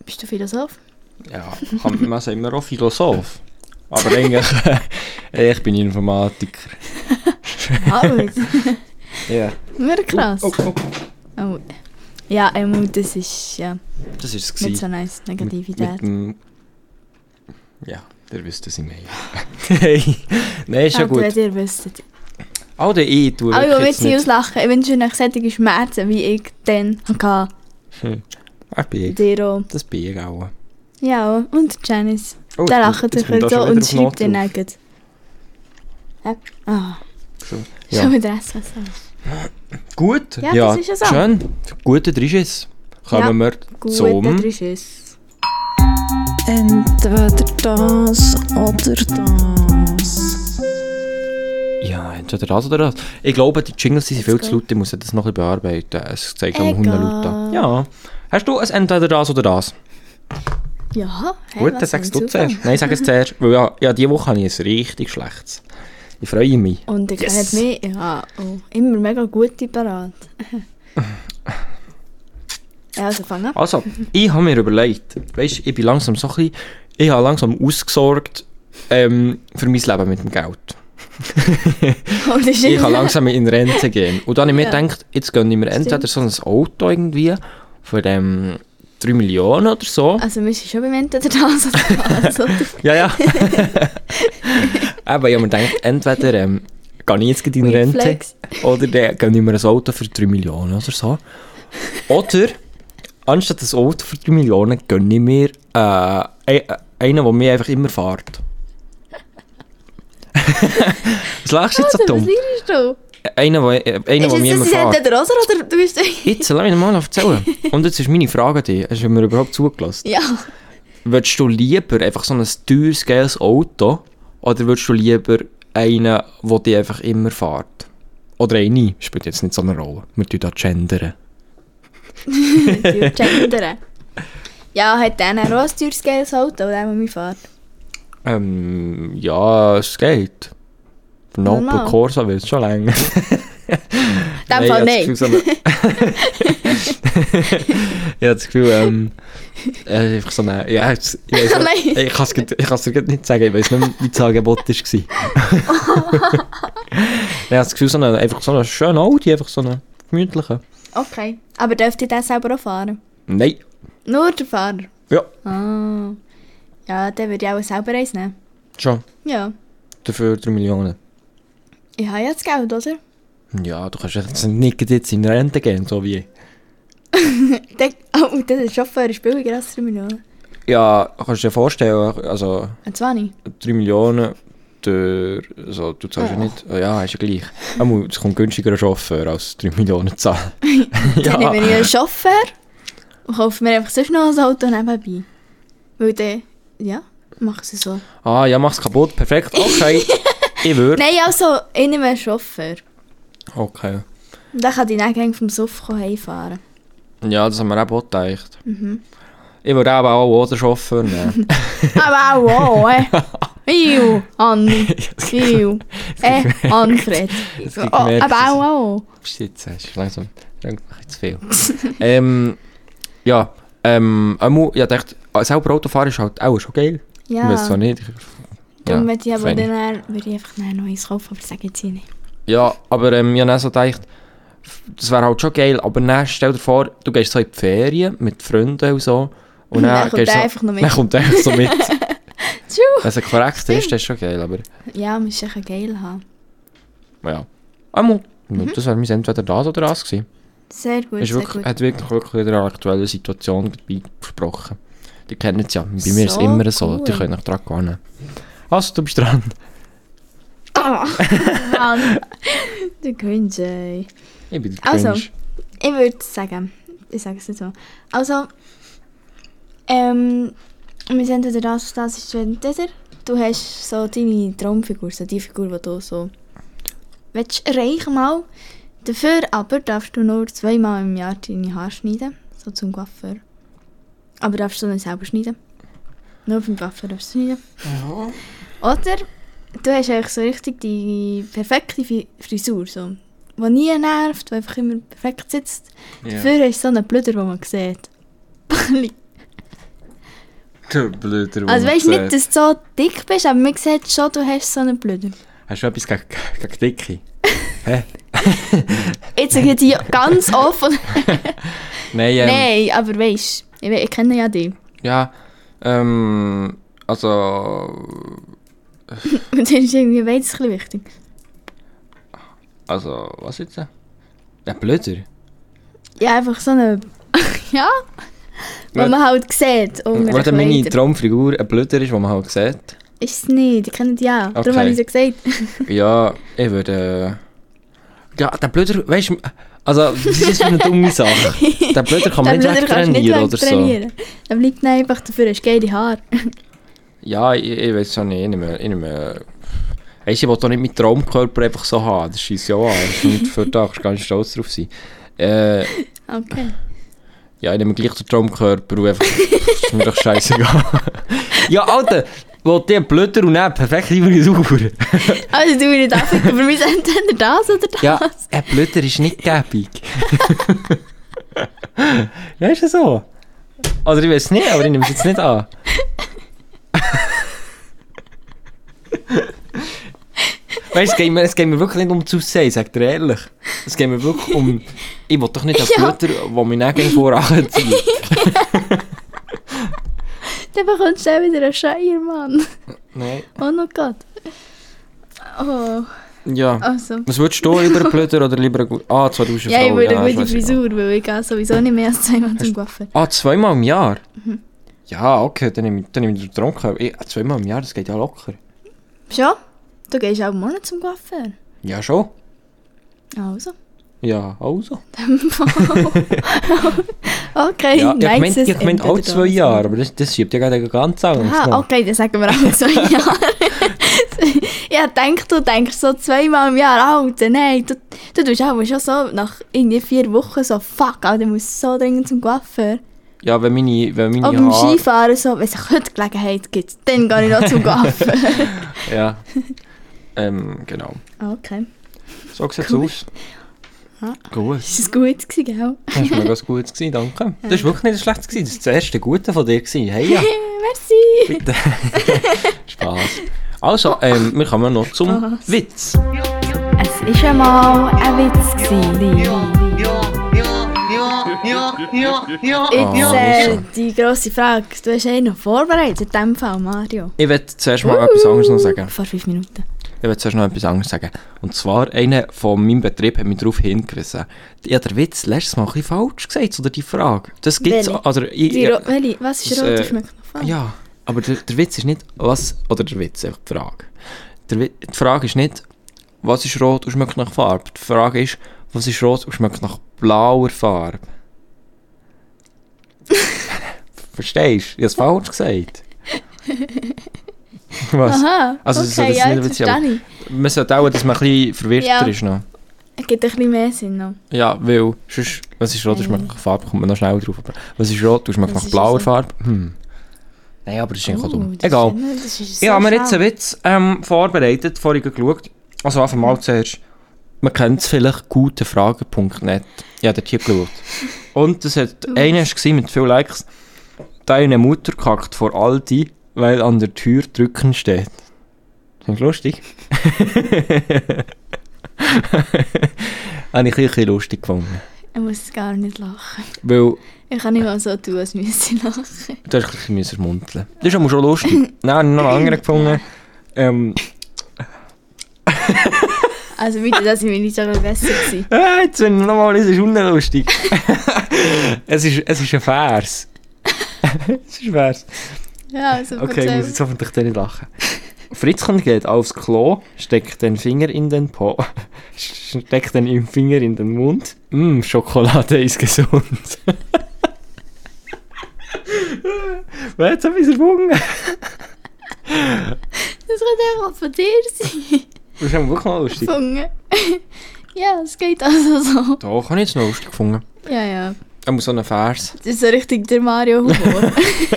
Bist du Philosoph? Ja, kann, man sagt mir auch Philosoph. Aber eigentlich, ich bin Informatiker. Arbeit, Ja. hure krass. Oh, oh. Oh. Ja, ähm, das ist ja, Das war es. gewesen. nicht so nice, Negativität. Mit, mit dem ja, der wüsste es im Hey, nein, ist ja Alter, gut. wenn ihr wüsstet. Auch der E tue Aber ich will wirklich jetzt nicht jetzt nicht. auslachen. Ich wünsche euch solche Schmerzen, wie ich dann hatte. Ah, bin ich. Dir auch. Das bin ich auch. Ja, auch. und Janice. Oh, Da jetzt- lacht jetzt euch bin ich da schon wieder heute so und auf Not schreibt ihr drauf. nicht. Ja. Ah, Schon- Ja. schon wieder essen. Gut. Ja, das ist ja so. Schön. Gute Drisches. Kommen wir Gut, zum... dann ist es. Entweder das oder das. Ja, entweder das oder das. Ich glaube, die Jingles die sind viel zu laut. Ich muss das noch ein bisschen bearbeiten. Es zeigt am Hunden laut an. Egal. Ja. Hast du ein entweder das oder das? Ja, hey, Gut, was dann sagst für du ein Zufall. zuerst. Nein, sag es zuerst. Weil ja, ja, diese Woche habe ich ein richtig schlechtes. Ich freue mich. Und ich yes. mich, ja, oh, immer mega gute parat. ja, also fang an. Also, ich habe mir überlegt, weißt, ich bin langsam so ein bisschen, ich habe langsam ausgesorgt ähm, für mein Leben mit dem Geld. Oh, das ist Ah, Ich kann langsam in Rente gehen. Und dann habe ich mir Ja. gedacht, jetzt gönne ich mir entweder so ein Auto irgendwie für ähm, 3 Millionen oder so. Also, wir sind schon beim Entweder das oder das. oder? Ja, ja. Aber ich habe mir gedacht, entweder ähm, gehe ich jetzt gleich in Weird Rente flex. oder dann gönne ich mir ein Auto für 3 Millionen oder so. Oder anstatt ein Auto für 3 Millionen gönne ich mir äh, e- äh, einen, der mich einfach immer fährt. Was lachst du jetzt so Also, Was dumm? liebst du? Einer, der äh, einer, der mich ist immer das jetzt fährt. entweder das oder, oder du bist. Jetzt, lass mich mal erzählen. Und jetzt ist meine Frage an dich. Hast du mir überhaupt zugelassen? ja. Würdest du lieber einfach so ein teures, geiles Auto oder würdest du lieber einen, der dich einfach immer fährt? Oder eine, spielt jetzt nicht so eine Rolle. Wir tun da gendern. Für Gendern. Ja, hat dann ein rosteures geiles Auto, der der mich fährt. Ähm, ja, es geht. Für einen Normal. Opel Corsa wird es schon länger. In dem Fall ich habe das nein. Gefühl, so eine- Ich habe das Gefühl, ähm, äh, einfach so eine, ja, jetzt- ich weiss nicht- Nein. ich kann es grad- ich kann es dir grad nicht sagen, ich weiß nicht, mehr, wie das Angebot war. ich habe das Gefühl, so eine, einfach so eine schöne Audi, einfach so eine gemütliche. Okay. Aber dürft ihr den selber auch fahren? Nein, Nur der Fahrer. ja, Ah. Ja, dann würde ich auch selber eins nehmen. schon, Ja. dafür 3 Millionen. Ich habe ja das Geld, oder? Ja, du kannst jetzt nicht jetzt in Rente gehen, so wie ich. Dann- Oh, das ist schon für billiger als 3 Millionen. Ja, kannst du dir vorstellen, also... Ein 20. 3 Millionen, der, also, du zahlst ja nicht. Ah Ja, ist ja gleich. Einmal, Es kommt günstiger ein Chauffeur eh, als 3 Millionen zu zahlen. Dann nehme ich ja. einen Chauffeur und kaufe mir einfach sonst noch ein Auto nebenbei. Weil dann, ja, mach es so. Ah, ja, mach's kaputt. Perfekt. Okay. ich würde. Nein, also, ich nehme einen Chauffeur. Okay. Und dann kann ich dann gleich vom Suff kommen, heimfahren. Ja, das haben wir auch gedacht. Ich würde aber auch einen Chauffeur nehmen. Aber auch, Ah, wow, ey. Iu, Anni. Iu. Äh, Anfred. Es Oh, gibt mehr, aber dass- auch, auch. Shit, das ist langsam langsam ein bisschen zu viel. ähm, ja, ähm, einmal, ich dachte, selber Autofahren ist halt auch schon geil. Ich weiß Ja. zwar nicht. ich- Darum würde ich aber fein. dann, eher- würde ich einfach dann ein neues kaufen, aber sage jetzt hier nicht. Ja, aber ähm, ich habe dann so gedacht, f- das wäre halt schon geil, aber dann stell dir vor, du gehst so in die Ferien mit Freunden und so. Und Dann kommt gehst der so, einfach noch mit. Dann kommt der einfach so mit. Tschu. Also korrekt ist, das ist schon geil, aber Ja, man muss sicher geil haben. ja. Einmal, das wäre mein entweder das oder das gewesen. Sehr gut, Ist Mhm. sehr wirklich, gut. hat wirklich, wirklich der aktuellen Situation dabei versprochen. Die kennen es ja. Bei mir ist es So immer so. Die gut. können euch dran gewinnen. Also, du bist dran. Oh, Mann. du gewinnst, ey. Ich bin der Also. Cringe. Ich würde sagen, ich sage es nicht so. Also, ähm, wir sind entweder das, das ist entweder. Du hast so deine Traumfigur, so die Figur, die du so willst erreichen mal. Dafür aber darfst du nur zweimal im Jahr deine Haare schneiden, so zum Coiffeur. Aber darfst du nicht selber schneiden. Nur beim Coiffeur darfst du schneiden. Oder du hast eigentlich so richtig die perfekte Fi- Frisur, so die nie nervt, die einfach immer perfekt sitzt. Dafür ist so ein Blöder, den man sieht. Der Blöder, den also man weißt du sieht. nicht, dass du so dick bist, aber man sieht schon, du hast so einen Blöder. Hast du etwas gegen, gegen Dicke? Jetzt sage ich dir ganz offen. Nein, ähm, Nein, aber weißt du, ich, we- ich kenne ja dich. ja. Ähm, also, Und dann ist irgendwie beides ein bisschen wichtig. also, was jetzt? Der Blöder? Ja, einfach so eine. ja? Was Gut. man halt sieht. unter Weil den dann meine Kleidern. Traumfigur ein Blöder ist, den man halt sieht. Ist es nicht, ich kenne dich ja. Okay. Darum habe ich es ja gesagt. Ja, ich würde... äh, Ja, der Blöder, weißt du... Also, das ist so eine dumme Sache. Der Blöder kann man Den nicht Blöder kannst du nicht wegtrainieren oder so. wegtrainieren. Dann bleibt dann einfach dafür, hast du geile Haare. Ja, ich, ich weiß schon nicht, ich nehme... Ich nehme weißt du, ich will doch nicht meinen Traumkörper einfach so haben. Das scheisst ja auch an. Das ist nicht für da kannst du ganz stolz drauf sein. Äh, Okay. ja, ich nehme gleich den Traumkörper und einfach... das ist mir doch scheißegal. ja, Alter! Will der Blöder und dann perfekt über nou die Sauber. Also du nicht einfach, aber wir sind entweder das oder das. Ja, ein Blöder ist nicht gäbig. ja, ist ja so. Oder ich weiß es nicht, aber ich nehme es jetzt nicht an. weißt du, es geht mir- es geht mir wirklich nicht um zu sein, sag dir ehrlich. Es geht mir wirklich um. Ich will doch nicht einen Ja. Blöder, der mich nicht voranzieht. Dann bekommst du auch wieder einen Scheier, Mann. Nein. Oh mein Gott. Oh, Ja. also. Was würdest du lieber einen Blöder oder lieber einen guten. Ah, zwar du bist eine Ja, ich Frau, würde eine ist gute scheißegal. Frisur, weil ich gehe sowieso nicht mehr als zweimal zum Coiffeur. genau. Ah, zweimal im Jahr? Mhm. Ja, okay, dann nehme ich, dann nehme ich den Trunken. Ich, ah, zweimal im Jahr, das geht ja locker. Schon? Du gehst auch morgen zum Coiffeur. Ja, schon. Also. Ja, also. Okay, Ja, nein, ich meine, ich mein, alle zwei Jahre, aber das, das schiebt ja gerade gegen ganz anders. Ah, noch. okay, dann sagen wir alle zwei Jahre. ja, denk, du denkst so zweimal im Jahr, Alter, nein, du, du tust auch schon so nach irgendwie vier Wochen so, fuck, Alter, ich muss so dringend zum Coiffeur. Ja, wenn meine, wenn meine Auch beim Haare- Skifahren so, wenn es heute Gelegenheit gibt, dann gehe ich noch zum Gaffen. Ja. ähm, genau. okay. So sieht es Cool. aus. Gut. Ist es gut gewesen, gell? Das war mega gut, gewesen, danke. Das war wirklich nicht schlecht, gewesen. das war das erste Gute von dir. Gewesen. Hey, ja, Merci. bitte. Spass. Also, ähm, wir kommen noch zum Witz. Es ist einmal ein Witz gewesen. Jetzt äh, die grosse Frage. Du hast eh noch vorbereitet, in dem Fall, Mario. Ich will zuerst mal etwas anderes noch sagen. Vor fünf Minuten. Ich will zuerst noch etwas anderes sagen. Und zwar, einer von meinem Betrieb hat mich darauf hingewiesen. Ja, der Witz, letztes Mal ein bisschen falsch gesagt, oder die Frage. Das gibt's, Welche? also, ich, Die ja, Ro- Welli, was ist Das, rot? äh, Das schmeckt noch fein. ja, aber der, der Witz ist nicht, was, oder der Witz, einfach die Frage. Der, Wi- die Frage ist nicht, was ist rot und schmeckt nach Farbe. Die Frage ist, was ist rot und schmeckt nach blauer Farbe. Verstehst du? Ich habe es falsch gesagt. Was? Aha, Also, das soll okay, jetzt nicht ja, jetzt Witz sein, aber- verstehe ich. Man sollte auch, dass man ein bisschen verwirrter Ja. ist noch. Es gibt ein bisschen mehr Sinn noch. Ja, weil sonst, was ist rot, du schmeckt nach Farbe, kommt man noch schnell drauf. Aber was ist rot, du schmeckt Das nach ist blauer so. Farbe? Hm. Nein, aber das ist einfach Oh, dumm. das ist Egal. ja- das ist Ich so habe mir jetzt schlau. einen Witz ähm, vorbereitet, vorhin geschaut. Also einfach mal zuerst. Man kennt es vielleicht, gutefragen.net. Ja, dort hier geschaut. Und das hat einer war mit vielen Likes. Deine Mutter kackt vor Aldi, weil an der Tür drücken steht. Klingt lustig? Habe ich ein bisschen lustig gefunden. Ich muss gar nicht lachen. Weil Ich kann nicht mal so tun, als müsste ich Du lachen. hast ein bisschen müssen schmunzeln. Das ist aber schon lustig. Nein, ich habe noch einen anderen gefunden. Ähm, Also wieder, das sind wir nicht schon besser gewesen. Ah, Jetzt bin ich nochmal, es ist unlustig. es, ist, es ist ein Vers. es ist ein Vers. Ja, super. Okay, ich muss jetzt hoffentlich dann nicht lachen. Fritzchen geht aufs Klo, steckt den Finger in den Po, steckt den im Finger in den Mund. Mmm, Schokolade ist gesund. Wer hat so etwas erfunden? Das könnte auch von dir sein. Das ist ja wirklich mal lustig. Gefunden. ja, es geht also so. Doch, habe ich jetzt noch lustig gefunden. Ja, ja. Er muss so einen Vers. Das ist so richtig der Mario-Humor. Ich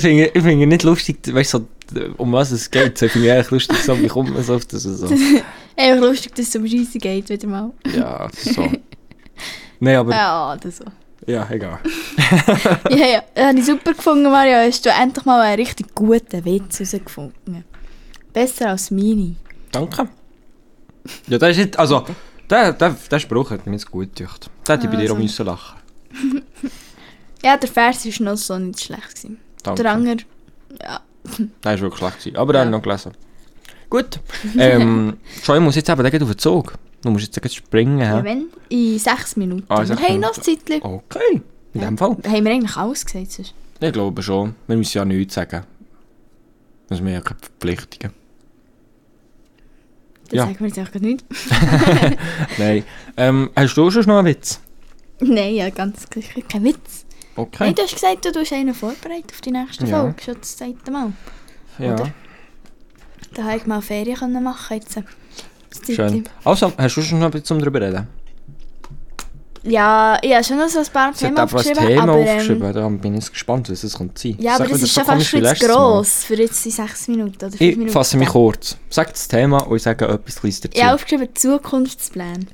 finde ich finde nicht lustig, weißt du, so, um was es geht. Ich finde eigentlich lustig, so wie kommt man so auf das und so. Einfach lustig, dass es um Scheisse geht, wieder mal. Ja, so. Nein, aber ja, Ja, oder so. egal. Ja, ja. Das habe ich super gefunden, Mario. Hast du endlich mal einen richtig guten Witz herausgefunden. Besser als meine. Danke. Ja, das ist nicht, also, der, der, der Spruch hat mir jetzt gut gedacht. Da hätte ich bei dir auch Also. müssen lachen. Ja, der Vers war noch so nicht schlecht. Gewesen. Danke. Der andere, Der ist wirklich schlecht gewesen, aber den habe ich noch gelesen. Gut. Ähm, Joy muss jetzt eben direkt auf den Zug. Du musst jetzt direkt springen. ja. hä? wenn, in sechs Minuten. Ah, in wir sechs haben noch Minuten. Zeit. Oh. Okay, in dem Fall. Haben wir eigentlich alles dus. gesagt? Sonst? Ich glaube schon. Wir müssen ja nichts sagen. Also wir haben ja keine Verpflichtungen. Das Ja. sagen wir jetzt auch nicht. Nein. Ähm, hast du schon noch einen Witz? Nein, ja, ganz sicher kein Witz. Okay. Nein, du hast gesagt, du hast einen vorbereitet auf die nächste Ja. Folge. Schon das zweite Mal. ja, oder? Da habe ich mal Ferien können machen jetzt. Das zweite. schön. Also, hast du schon noch etwas zum darüber reden? Ja, ich habe schon noch so ein paar Sie Themen hat einfach ein aufgeschrieben. Thema aber, ähm, aufgeschrieben. Da bin ich jetzt gespannt, was es kommt sein. Ja, aber Sag das wieder ist so schon fast komisch wie schon zu letztes Mal. gross für jetzt die sechs Minuten oder fünf Minuten. Ich fasse mich kurz. Sag das Thema und ich sage etwas Kleines dazu. Ich habe aufgeschrieben Zukunftspläne.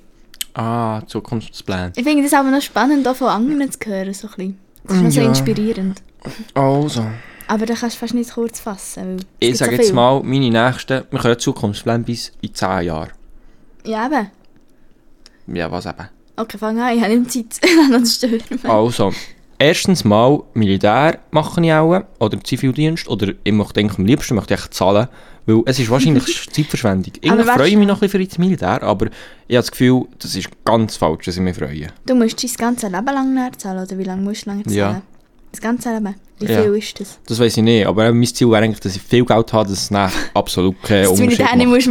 Ah, Zukunftsplan. Ich finde das aber noch spannend, auch von anderen zu hören. So ein bisschen. Das ist noch so Ja. inspirierend. Also. Aber da kannst du fast nicht kurz fassen. Weil es Ich gibt so sage jetzt viel. mal, meine nächsten, wir können Zukunftsplan bis in 10 Jahren. Ja, eben. Ja, was eben. Okay, fang an, ich habe nicht Zeit. Dann stören wir. Also, erstens mal Militär mache ich auch, oder Zivildienst, oder ich möchte eigentlich am liebsten möchte ich echt zahlen, weil es ist wahrscheinlich Zeitverschwendung. Eigentlich weißt freue ich du- mich noch ein bisschen für das Militär, aber ich habe das Gefühl, das ist ganz falsch, dass ich mich freue. Du musst dein ganze Leben lang näher zahlen, oder wie lange musst du lange zahlen? Ja. Das ganze Leben. Wie Ja. viel ist das? Das weiß ich nicht, aber eben mein Ziel wäre eigentlich, dass ich viel Geld habe, dass es nach absolut keinen Dass du Unterschied nicht macht. eine musst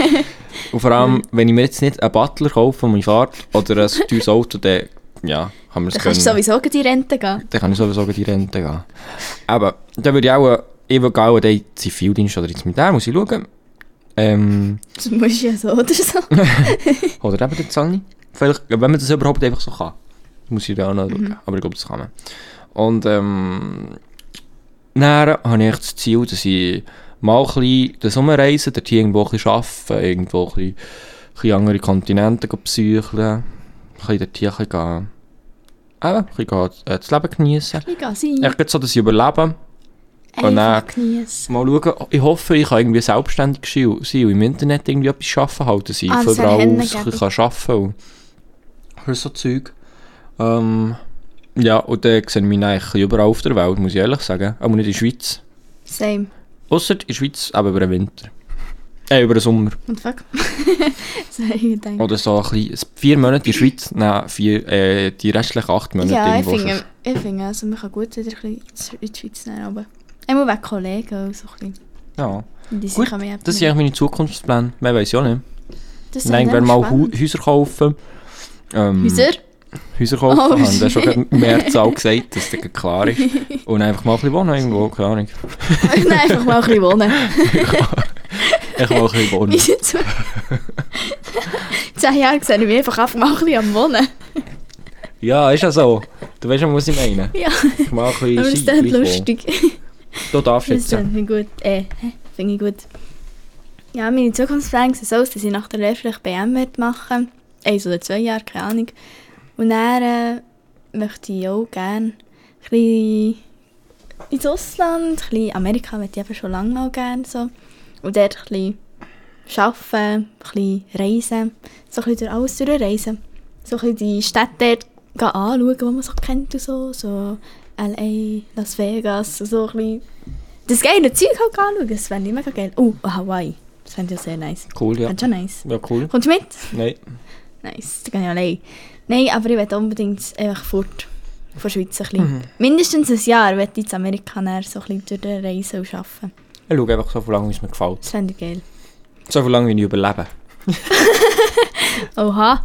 machen. Und vor allem, wenn ich mir jetzt nicht einen Butler kaufe, den ich fahre, oder ein teures Auto, dann ja, haben wir es Dann kannst du gönnen. sowieso gleich in die Rente gehen. Dann kann ich sowieso in die Rente gehen. Aber dann würde ich auch, äh, ich würde auch in den Zivildienst oder ins Militär, muss ich schauen. Ähm, Das musst du ja so oder so. oder eben den Zahni. Vielleicht, wenn man das überhaupt einfach so kann. Muss ich da auch noch schauen. Aber ich glaube, das kann man. Und ähm, dann habe ich echt das Ziel, dass ich mal ein bisschen den Sommer reise, dort hier irgendwo ein bisschen arbeite, irgendwo ein bisschen, ein bisschen andere Kontinente besuchen, ein bisschen dort hier ein bisschen, gehen- eben, ein bisschen gehen, äh, das Leben genießen. Ich gehe sein. Ich so, dass ich überlebe. Und dann- Einfach genießen. Mal schauen, ich hoffe, ich kann irgendwie selbstständig sein und im Internet irgendwie etwas schaffen halt, dass ich Ah, von das wäre überall aus händelgebig. kann arbeiten und für so Zeug. Ähm, ja, und dann sehen wir eigentlich überall auf der Welt, muss ich ehrlich sagen. Aber nicht in der Schweiz. Same. Außer in der Schweiz, aber über den Winter. Äh, über den Sommer. Und fuck. so habe ich gedacht. Oder so ein bisschen, vier Monate in der Schweiz, nein, vier, äh, die restlichen acht Monate ja, ich irgendwo finde, sonst. ich finde, also man kann gut wieder ein bisschen in die Schweiz nehmen, aber ich muss wegen Kollegen und so ein bisschen. Ja. Die sind Gut, kann man ja das sind eigentlich meine Zukunftspläne. Mehr weiß ich auch nicht. Das ist Nein, ich werde dann mal Hu- spannend. Häuser kaufen. Ähm, Häuser? Häuser kaufen. Oh, haben dann schon shit. gerade Mehrzahl gesagt, dass das klar ist. Und einfach mal ein bisschen wohnen irgendwo, keine Ahnung. Nein, einfach mal ein bisschen wohnen. Ich mal ein bisschen wohnen. Ist jetzt so. Zehn Jahre sehe ich mich einfach einfach mal ein bisschen am Wohnen. Ja, ist ja so. Du weißt schon, was ich meine. Ja, Ich mal ein bisschen aber das ist Ski, dann gleich lustig. wohnen. Du darfst Das jetzt. finde ich gut. Äh, hä? finde ich gut. Ja, meine Zukunftspläne sehen so aus, dass ich nach der Lehre vielleicht BM werde machen Eins oder zwei Jahre, keine Ahnung. Und dann äh, möchte ich auch gerne ein bisschen ins Ausland, ein bisschen Amerika möchte ich eben schon lange mal gerne. So. Und dort ein bisschen arbeiten, ein bisschen reisen, so ein bisschen durch alles durchreisen. So ein bisschen die Städte dort gehen anschauen, die man so kennt und so. So L.A., Las Vegas, so ein bisschen das geile Zeug halt anschauen, das wäre nicht mega geil. Oh, und Hawaii. Das fände ich auch sehr nice. Cool, ja. Fände ich auch nice. Ja, cool. Kommst du mit? Nein. Nice, dann gehe ich allein. Nein, aber ich will unbedingt äh, einfach fort von der Schweiz ein bisschen. Mhm. Mindestens ein Jahr will ich in Amerika näher so ein bisschen durch die Reise und arbeiten. Ich schaue einfach so lange, wie es mir gefällt. Das fände ich geil. So lange, wie ich überlebe. Oha.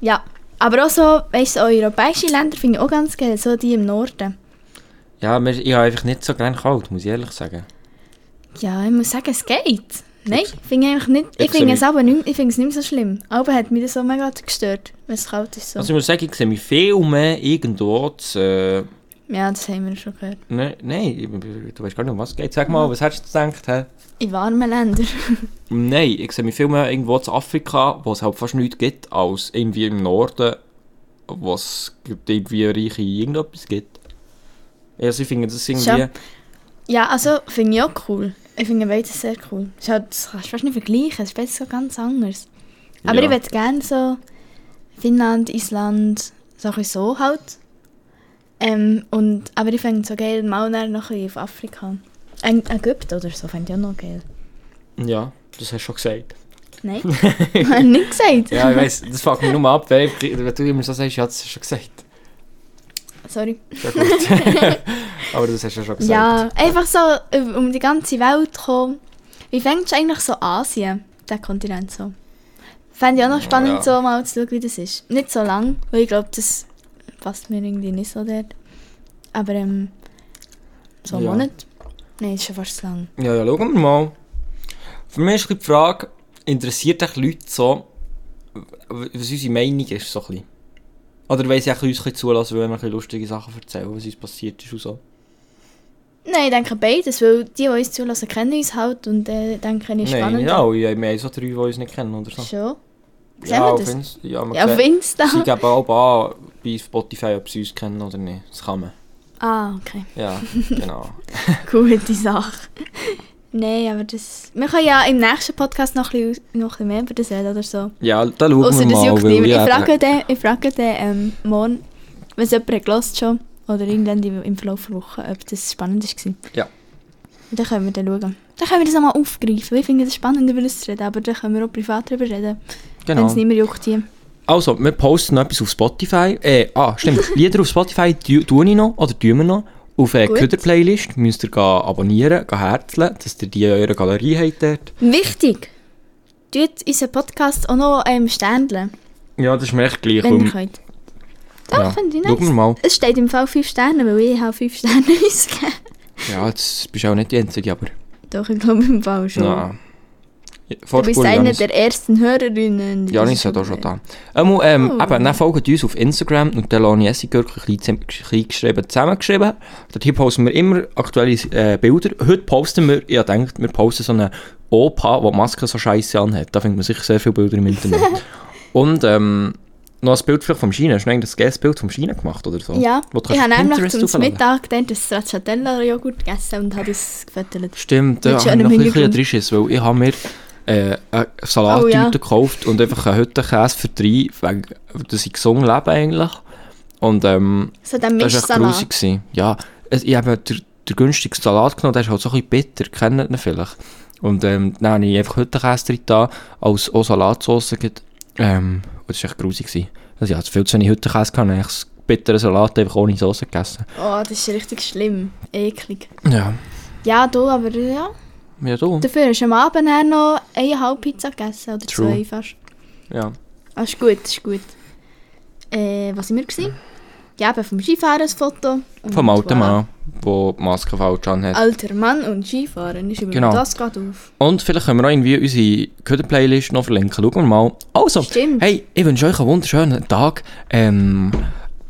Ja, aber auch so, weißt du, so europäische Länder finde ich auch ganz geil, so die im Norden. Ja, mir, ich habe einfach nicht so gerne kalt, muss ich ehrlich sagen. Ja, ich muss sagen, es geht. Nein, finde ich einfach nicht, ich Jetzt finde sehe es ich- aber nicht, ich finde es nicht mehr so schlimm. Aber hat mich das auch mega gestört, wenn es kalt ist so. Also ich muss sagen, ich sehe mich viel mehr irgendwo zu... Äh, ja, das haben wir schon gehört. ne- nein, ich- du weißt gar nicht, um was es geht. Sag mal, was hättest du gedacht? Hä? In warmen Ländern. Nein, ich sehe mich viel mehr irgendwo zu Afrika, wo es halt fast nichts gibt, als irgendwie im Norden, wo es gibt irgendwie reiche irgendetwas gibt. Also ich finde das irgendwie... Ja. Ja, also finde ich auch cool. Ich finde beides sehr cool. Ist halt, das kannst du fast nicht vergleichen, es ist beides so ganz anders. Aber Ja. ich würde gerne so Finnland, Island, so ein bisschen so halt. Ähm, und, aber ich fände es so geil, mal nachher noch ein bisschen auf Afrika. Ä Ägypten oder so fände ich auch noch geil. ja, das hast du schon gesagt. Nein, habe ich nicht gesagt. Ja, ich weiss, das fuckt mich nur ab, weil ich- wenn du immer so sagst, ja, das hast du schon gesagt. Sorry. Ja gut. Aber das hast du ja schon gesagt. Ja, einfach so äh, um die ganze Welt kommen. Wie fängst du eigentlich so Asien, der Kontinent so? Fände ich auch noch Ja. spannend, so mal zu schauen, wie das ist. Nicht so lang, weil ich glaube, das passt mir irgendwie nicht so dort. Aber ähm, so einen Ja. Monat? Nein, ist schon fast zu lang. Ja, ja, schauen wir mal. Für mich ist ein bisschen die Frage, interessiert dich Leute so, w- was unsere Meinung ist, so ein bisschen? Oder weiss ich auch, uns ein bisschen zulassen, wenn wir ein bisschen lustige Sachen erzählen, was uns passiert ist und so. Nein, ich denke beides, weil die, die uns zulassen, kennen uns halt und äh, denken, ist Nein, spannend. nicht alle. Ja, wir haben so drei, die uns nicht kennen oder so. Schon? Sehen ja, wir auf das? Inst- ja, man Ja, auf sieht- Insta. Sie geben auch an, bei Spotify, ob sie uns kennen oder nicht. Das kann man. Ah, okay. Ja, genau. Gute Sache. Nein, aber das... Wir können ja im nächsten Podcast noch ein bisschen, noch ein bisschen mehr über das reden oder so. Ja, da schauen Außer wir das mal. juckt weil niemand. ja, äh, Ich frage den, ich frage den ähm, morgen, wenn es jemand hat gehört schon oder irgendwann im im Verlauf der Woche, ob das spannend war. Ja. Und dann können wir dann schauen. Dann können wir das auch mal aufgreifen. weil Ich finde es spannend, über das zu reden, aber dann können wir auch privat darüber reden, wenn Genau. es nicht mehr juckt hier. Also, wir posten etwas auf Spotify. Äh, ah, stimmt. Lieder auf Spotify tu- tue ich noch oder tun wir noch. Auf der Gut. Köder-Playlist müsst ihr gehen abonnieren, gehen herzeln, dass ihr die in eurer Galerie habt dort. Wichtig! Tut unseren Podcast auch noch ähm, Sternchen, Ja, das ist mir echt gleich. um- wenn ihr weil- könnt. Doch, Ja. finde ich nice. Schauen wir mal. Es steht im Fall 5 Sterne, weil ich habe 5 Sterne ausgegeben. Ja, jetzt bist du auch nicht die Einzige, aber... Doch, ich glaube im Fall schon. Nein. Du bist Vorspur, einer Janis. der ersten Hörerinnen. die Janis das hat auch schon gehört. getan. Ähm, ähm, Oh. Eben, dann folgt uns auf Instagram und dann lasse ich Essigürkel klein zem- klein geschrieben zusammengeschrieben. Dort posten wir immer aktuelle äh, Bilder. Heute posten wir, ich denke, wir posten so einen Opa, der die Maske so scheiße anhat. Da findet man sicher sehr viele Bilder im Internet. und ähm, noch ein Bild vielleicht vom China. Hast du eigentlich das Bild vom China gemacht oder so? Ja, Wo du ich kannst auf habe nämlich Pinterest zum hochladen. Mittag dann das Stracciatella-Joghurt gegessen und habe es gefüttert. Stimmt, da Willst du habe ich eine noch ein Menü bisschen geben? drin ist, weil ich habe mir äh, eine Salattüte Oh ja. gekauft und einfach einen Hüttenkäse für drei, wegen, dass ich gesund lebe eigentlich. Und ähm, So der das war echt grusig. Mischsalat. gewesen. Ja, es- ich habe den, den günstigsten Salat genommen, der ist halt so ein bisschen bitter, kennt ihr vielleicht. Und ähm, dann habe ich einfach Hüttenkäse drin da, als auch Salatsauce. gegeben. Ähm, und das war echt grusig. gewesen. Also ja, viel zu wenig Hüttenkäse gehabt, dann habe ich das bittere Salat einfach ohne Soße gegessen. Oh, das ist richtig schlimm. Eklig. Ja, Ja, du, aber ja. ja du. Dafür hast du am Abend dann noch eineinhalb Pizza gegessen oder True. zwei fast. Ja. Ah, ist gut, ist gut. Äh, was sind wir gewesen? Ja, eben vom Skifahren ein Foto. Und Vom alten voilà. Mann, der die Maske falsch anhat. Alter Mann und Skifahren ist über Genau. das geht auf. Und vielleicht können wir auch irgendwie unsere Köder-Playlist noch verlinken. Schauen wir mal. Also, Stimmt. hey, ich wünsche euch einen wunderschönen Tag. Ähm,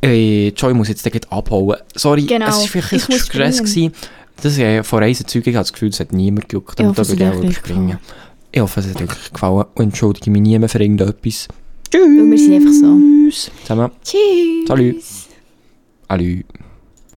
äh, Joy muss jetzt gleich abhauen. Sorry, Genau, es war vielleicht ein ich muss Stress. springen. Gewesen. Das äh, von Reisezeug, ich habe das Gefühl, es hat niemand gejuckt. Ich Und hoffe, da es würde hat ich auch euch springen. gefallen. Ich hoffe, es hat euch gefallen. Und entschuldige mich niemand für irgendetwas. Weil wir sind einfach so. Zusammen. Tschüss. Salut. Allü.